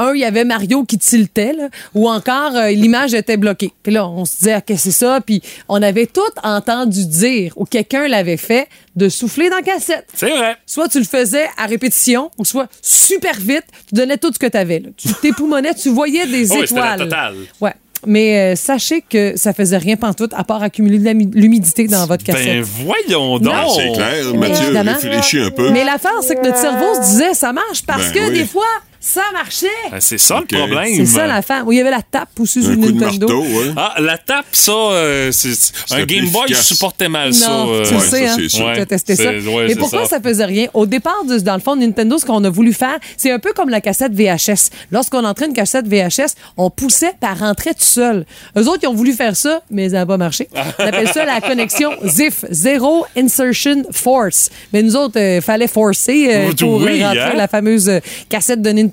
[SPEAKER 2] Un, il y avait Mario qui tiltait, là, ou encore euh, l'image était bloquée. Puis là, on se disait, OK, c'est ça. Puis on avait tout entendu dire, ou quelqu'un l'avait fait, de souffler dans la cassette.
[SPEAKER 1] C'est vrai.
[SPEAKER 2] Soit tu le faisais à répétition, ou soit super vite, tu donnais tout ce que tu avais. Tu t'époumonnais, tu voyais des
[SPEAKER 1] Oh oui, c'était la
[SPEAKER 2] étoiles.
[SPEAKER 1] totale.
[SPEAKER 2] Ouais. Mais euh, sachez que ça faisait rien pantoute à part accumuler de la mi- l'humidité dans votre cassette.
[SPEAKER 1] Ben voyons donc.
[SPEAKER 2] Non.
[SPEAKER 8] C'est clair, Mathieu,
[SPEAKER 2] Évidemment.
[SPEAKER 8] réfléchis un peu.
[SPEAKER 2] Mais l'affaire, c'est que notre cerveau se disait ça marche
[SPEAKER 8] Ben
[SPEAKER 2] parce que
[SPEAKER 8] oui.
[SPEAKER 2] des fois, ça marchait.
[SPEAKER 1] Ben, c'est ça le problème.
[SPEAKER 2] C'est ça l'affaire. Oui, il y avait la tape aussi sur
[SPEAKER 1] Un
[SPEAKER 2] le
[SPEAKER 1] coup de
[SPEAKER 2] Nintendo.
[SPEAKER 1] Ah, la tape, ça, euh, c'est- c'est- un Game Boy,
[SPEAKER 8] efficace.
[SPEAKER 1] je supportais mal
[SPEAKER 2] Non,
[SPEAKER 1] ça. euh,
[SPEAKER 2] tu le sais, hein,
[SPEAKER 1] Ouais,
[SPEAKER 2] tu as testé ça.
[SPEAKER 1] c'est- ouais,
[SPEAKER 2] Mais
[SPEAKER 1] c'est
[SPEAKER 2] pourquoi
[SPEAKER 1] ça.
[SPEAKER 2] ça. faisait rien? Au départ, du- dans le fond, Nintendo, ce qu'on a voulu faire, c'est un peu comme la cassette VHS. Lorsqu'on entrait une cassette VHS, on poussait, par rentrait tout seul. Eux autres, ils ont voulu faire ça, mais ça n'a pas marché. On appelle ça la connexion ZIF, Zero Insertion Force. Mais nous autres, il fallait forcer euh,
[SPEAKER 1] Oui,
[SPEAKER 2] pour
[SPEAKER 1] oui,
[SPEAKER 2] rentrer
[SPEAKER 1] hein?
[SPEAKER 2] la fameuse euh, cassette de Nintendo.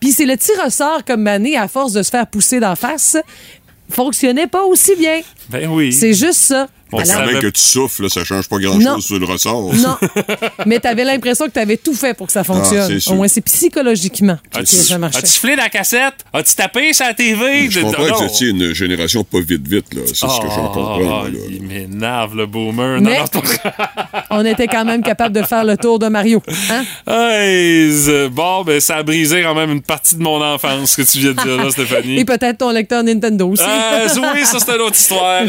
[SPEAKER 2] Puis c'est le petit ressort comme Mané, à force de se faire pousser d'en face, fonctionnait pas aussi bien.
[SPEAKER 1] Ben oui.
[SPEAKER 2] C'est juste ça.
[SPEAKER 8] Bon,
[SPEAKER 2] Alors-
[SPEAKER 8] ça même
[SPEAKER 1] euh,
[SPEAKER 8] que tu souffles, là, ça change pas
[SPEAKER 2] Non.
[SPEAKER 8] grand-chose sur le ressort.
[SPEAKER 2] Non. Mais t'avais l'impression que t'avais tout fait pour que ça
[SPEAKER 8] Ah,
[SPEAKER 2] fonctionne.
[SPEAKER 8] c'est sûr.
[SPEAKER 2] Au moins, c'est psychologiquement que
[SPEAKER 1] As-tu
[SPEAKER 2] ça marchait.
[SPEAKER 1] as-tu flé la cassette? As-tu tapé sur la TV?
[SPEAKER 8] Je comprends que c'est une génération pas vite, vite, là. C'est ce que j'en comprends.
[SPEAKER 1] Ah,
[SPEAKER 8] là.
[SPEAKER 1] il m'énerve, le boomer.
[SPEAKER 2] Mais-
[SPEAKER 1] Non, non, c'est pas vrai.
[SPEAKER 2] On était quand même capable de faire le tour de Mario. Hein?
[SPEAKER 1] Hey, z- bon, ben, ça a brisé quand même une partie de mon enfance, ce que tu viens de dire là, hein, Stéphanie.
[SPEAKER 2] Et peut-être ton lecteur Nintendo aussi.
[SPEAKER 1] Euh, oui, ça, c'est une autre histoire.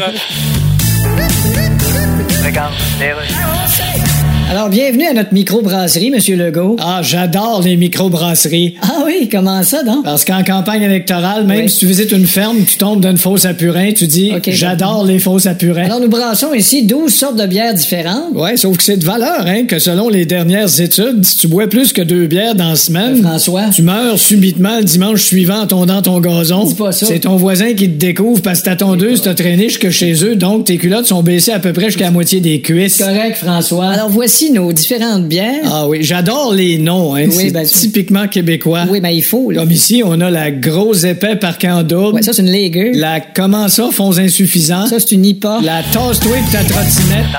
[SPEAKER 5] Alors, bienvenue à notre microbrasserie, Monsieur Legault.
[SPEAKER 4] Ah, j'adore les microbrasseries.
[SPEAKER 5] Ah oui, comment ça, donc?
[SPEAKER 4] Parce qu'en campagne électorale, même si tu visites une ferme, tu tombes d'une fosse à purin, tu dis J'adore les fausses à purin.
[SPEAKER 5] Alors, nous brassons ici 12 sortes de bières différentes.
[SPEAKER 4] Ouais, sauf que c'est de valeur, hein, que selon les dernières études, si tu bois plus que deux bières dans la
[SPEAKER 5] Euh,
[SPEAKER 4] semaine, tu meurs subitement le dimanche suivant en tondant ton gazon.
[SPEAKER 5] ça.
[SPEAKER 4] C'est ton voisin qui te découvre parce que ta tondeuse t'a traîné jusque chez eux, donc tes culottes sont baissées à peu près jusqu'à la moitié des cuisses.
[SPEAKER 5] Correct, François. Alors, voici nos différentes bières.
[SPEAKER 4] Ah oui, j'adore les noms, hein.
[SPEAKER 5] Oui,
[SPEAKER 4] c'est
[SPEAKER 5] ben, c'est-
[SPEAKER 4] typiquement québécois.
[SPEAKER 5] Oui, mais il faut, là.
[SPEAKER 4] Comme ici, on a la grosse épais par en double.
[SPEAKER 5] Ouais, ça, c'est une légueur.
[SPEAKER 4] La comment ça, fonds insuffisants.
[SPEAKER 5] Ça, c'est une IPA.
[SPEAKER 4] La tasse-toi de ta trottinette.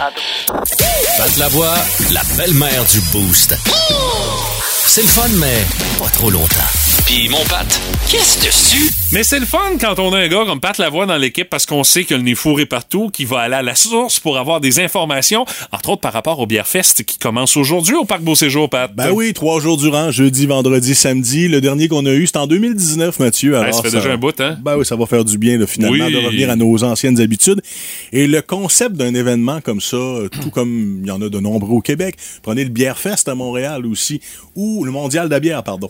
[SPEAKER 6] Pat Lavoie, la belle-mère du boost. C'est le fun, mais pas trop longtemps. Puis mon pâte, qu'est-ce dessus?
[SPEAKER 1] Mais c'est le fun quand on a un gars comme Pat Lavoie dans l'équipe parce qu'on sait que le nez fourré partout, qui va aller à la source pour avoir des informations, entre autres par rapport au Bièrefest qui commence aujourd'hui au Parc Beau Séjour, Pat.
[SPEAKER 12] Ben oui, trois jours durant, jeudi, vendredi, samedi. Le dernier qu'on a eu, c'était en 2019, Mathieu.
[SPEAKER 1] Ben, ça fait déjà un bout, hein?
[SPEAKER 12] Ben oui, ça va faire du bien, là, finalement,
[SPEAKER 1] Oui.
[SPEAKER 12] de revenir à nos anciennes habitudes. Et le concept d'un événement comme ça, euh, tout comme il y en a de nombreux au Québec, prenez le Bièrefest à Montréal aussi, ou le Mondial de la bière, pardon.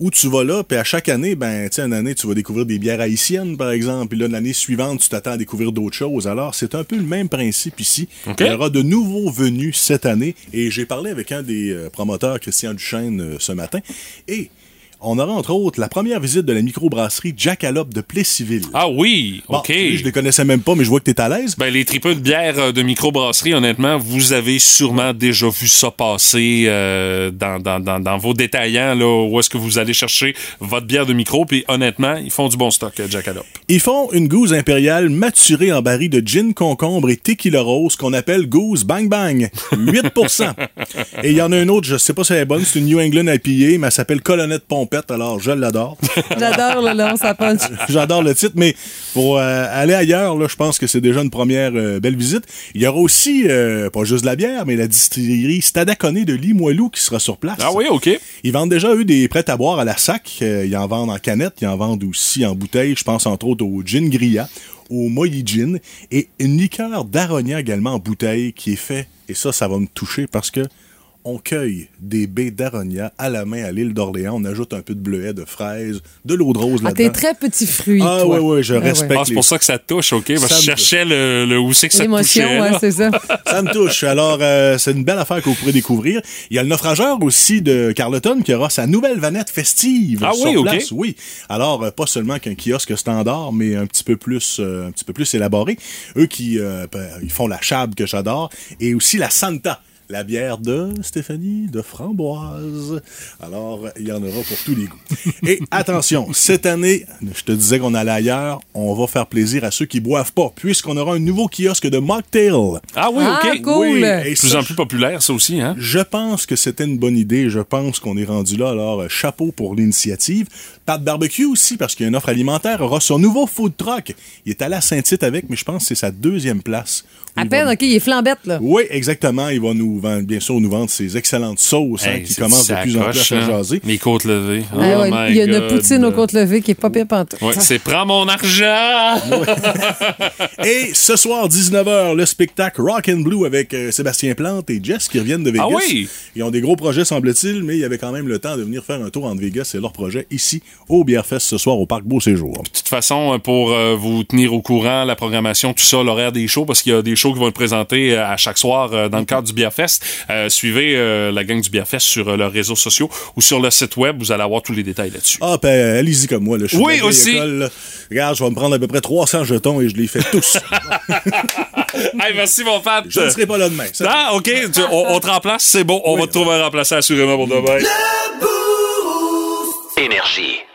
[SPEAKER 12] Où tu vas là, puis à chaque année, ben, tu sais, une année, tu vas découvrir des bières haïtiennes, par exemple, puis là, l'année suivante, tu t'attends à découvrir d'autres choses. Alors, c'est un peu le même principe ici.
[SPEAKER 1] OK.
[SPEAKER 12] Il y aura de nouveaux venus cette année, et j'ai parlé avec un des euh, promoteurs, Christian Duchesne, euh, ce matin, et on aura entre autres la première visite de la microbrasserie Jackalope de Plessisville.
[SPEAKER 1] Ah oui,
[SPEAKER 12] Bon,
[SPEAKER 1] OK.
[SPEAKER 12] tu sais, Je les connaissais même pas, mais je vois que tu es à l'aise.
[SPEAKER 1] Ben, les tripeux de bière euh, de microbrasserie, honnêtement, vous avez sûrement déjà vu ça passer euh, dans, dans, dans, dans vos détaillants, là, où est-ce que vous allez chercher votre bière de micro. Puis honnêtement, ils font du bon stock, euh, Jackalope.
[SPEAKER 12] Ils font une gouze impériale maturée en baril de gin concombre et tequila rose qu'on appelle gouze bang bang. 8 Et il y en a une autre, je sais pas si elle est bonne, c'est une New England IPA, mais elle s'appelle Colonnette Pompette, alors je l'adore.
[SPEAKER 2] J'adore le lance à punch.
[SPEAKER 12] J'adore le titre, mais pour euh, aller ailleurs, là, je pense que c'est déjà une première euh, belle visite. Il y aura aussi, euh, pas juste de la bière, mais la distillerie Stadaconé de Limoilou qui sera sur place.
[SPEAKER 1] Ah oui, OK.
[SPEAKER 12] Ils vendent déjà, eux, des prêts à boire à la sac. Euh, ils en vendent en canette, ils en vendent aussi en bouteille. Je pense entre autres au gin grilla, au moji gin et une liqueur d'aronia également en bouteille qui est fait, et ça, ça va me toucher parce que on cueille des baies d'aronia à la main à l'île d'Orléans. On ajoute un peu de bleuet, de fraises, de l'eau de rose
[SPEAKER 2] Ah,
[SPEAKER 12] là-dedans.
[SPEAKER 2] t'es très petit fruit.
[SPEAKER 12] Ah, ouais,
[SPEAKER 2] toi.
[SPEAKER 12] ouais, je respecte
[SPEAKER 1] Ah, c'est
[SPEAKER 12] les-
[SPEAKER 1] pour ça que ça te touche, OK?
[SPEAKER 12] Ça
[SPEAKER 1] Parce que je
[SPEAKER 12] me-
[SPEAKER 1] cherchais le, le où c'est que ça te
[SPEAKER 2] L'émotion,
[SPEAKER 1] touchait.
[SPEAKER 2] ouais,
[SPEAKER 1] là.
[SPEAKER 2] c'est ça.
[SPEAKER 12] ça me touche. Alors, euh, c'est une belle affaire que vous pourrez découvrir. Il y a le naufrageur aussi de Carleton qui aura sa nouvelle vanette festive
[SPEAKER 1] Ah
[SPEAKER 12] sur
[SPEAKER 1] oui, ok.
[SPEAKER 12] place. Oui. Alors, euh, pas seulement qu'un kiosque standard, mais un petit peu plus, euh, un petit peu plus élaboré. Eux qui euh, ben, ils font la chab que j'adore et aussi la Santa. La bière de Stéphanie de framboise. Alors, il y en aura pour tous les goûts. Et attention, cette année, je te disais qu'on allait ailleurs, on va faire plaisir à ceux qui boivent pas, puisqu'on aura un nouveau kiosque de mocktail.
[SPEAKER 1] Ah oui,
[SPEAKER 2] Ah,
[SPEAKER 1] OK.
[SPEAKER 2] cool.
[SPEAKER 1] Oui,
[SPEAKER 12] et
[SPEAKER 1] de
[SPEAKER 12] ça,
[SPEAKER 1] plus en plus populaire, ça aussi, hein?
[SPEAKER 12] Je pense que c'était une bonne idée. Je pense qu'on est rendu là. Alors, euh, chapeau pour l'initiative. Pat Barbecue aussi, parce qu'il y a une offre alimentaire, aura son nouveau food truck. Il est allé à Saint-Tite avec, mais je pense que c'est sa deuxième place.
[SPEAKER 2] À peine, OK, il est flambette, là.
[SPEAKER 12] Oui, exactement. Il va nous vendre, bien sûr, nous vendre ses excellentes sauces hein,
[SPEAKER 1] Hey,
[SPEAKER 12] qui
[SPEAKER 1] c'est
[SPEAKER 12] commencent de plus en plus à
[SPEAKER 1] sacoche,
[SPEAKER 12] faire
[SPEAKER 1] hein.
[SPEAKER 12] jaser.
[SPEAKER 1] Mes côtes levées.
[SPEAKER 2] Ah ouais,
[SPEAKER 1] Oh
[SPEAKER 2] Il
[SPEAKER 1] my
[SPEAKER 2] y a une
[SPEAKER 1] God.
[SPEAKER 2] poutine au compte levé qui est pas pire pantoute.
[SPEAKER 1] Ouais, c'est prends mon argent!
[SPEAKER 12] Et ce soir, 19h, le spectacle Rock and Blue avec euh, Sébastien Plante et Jess qui reviennent de Vegas.
[SPEAKER 1] Ah oui?
[SPEAKER 12] Ils ont des gros projets, semble-t-il, mais il y avait quand même le temps de venir faire un tour entre Vegas et leur projet ici au Bierfest ce soir au Parc Beau Séjour.
[SPEAKER 1] De toute façon, euh, pour euh, vous tenir au courant, la programmation, tout ça, l'horaire des shows, parce qu'il y a des shows qui vont être présentés euh, à chaque soir euh, dans le cadre du Bierfest. Euh, suivez euh, la gang du Bierfest sur euh, leurs réseaux sociaux ou sur le site web. Vous allez avoir tous les détails là-dessus.
[SPEAKER 12] Ah, ben, allez-y comme moi. Là, je suis
[SPEAKER 1] Oui,
[SPEAKER 12] de la vieille
[SPEAKER 1] aussi.
[SPEAKER 12] école, là. Regarde, je vais me prendre à peu près 300 jetons et je les fais tous.
[SPEAKER 1] Hey, merci, mon fan.
[SPEAKER 12] je ne serai pas là demain. Ça-
[SPEAKER 1] Ah, OK. tu- on, on te remplace, c'est bon. On va te trouver un remplaçant assurément pour demain.
[SPEAKER 6] Énergie.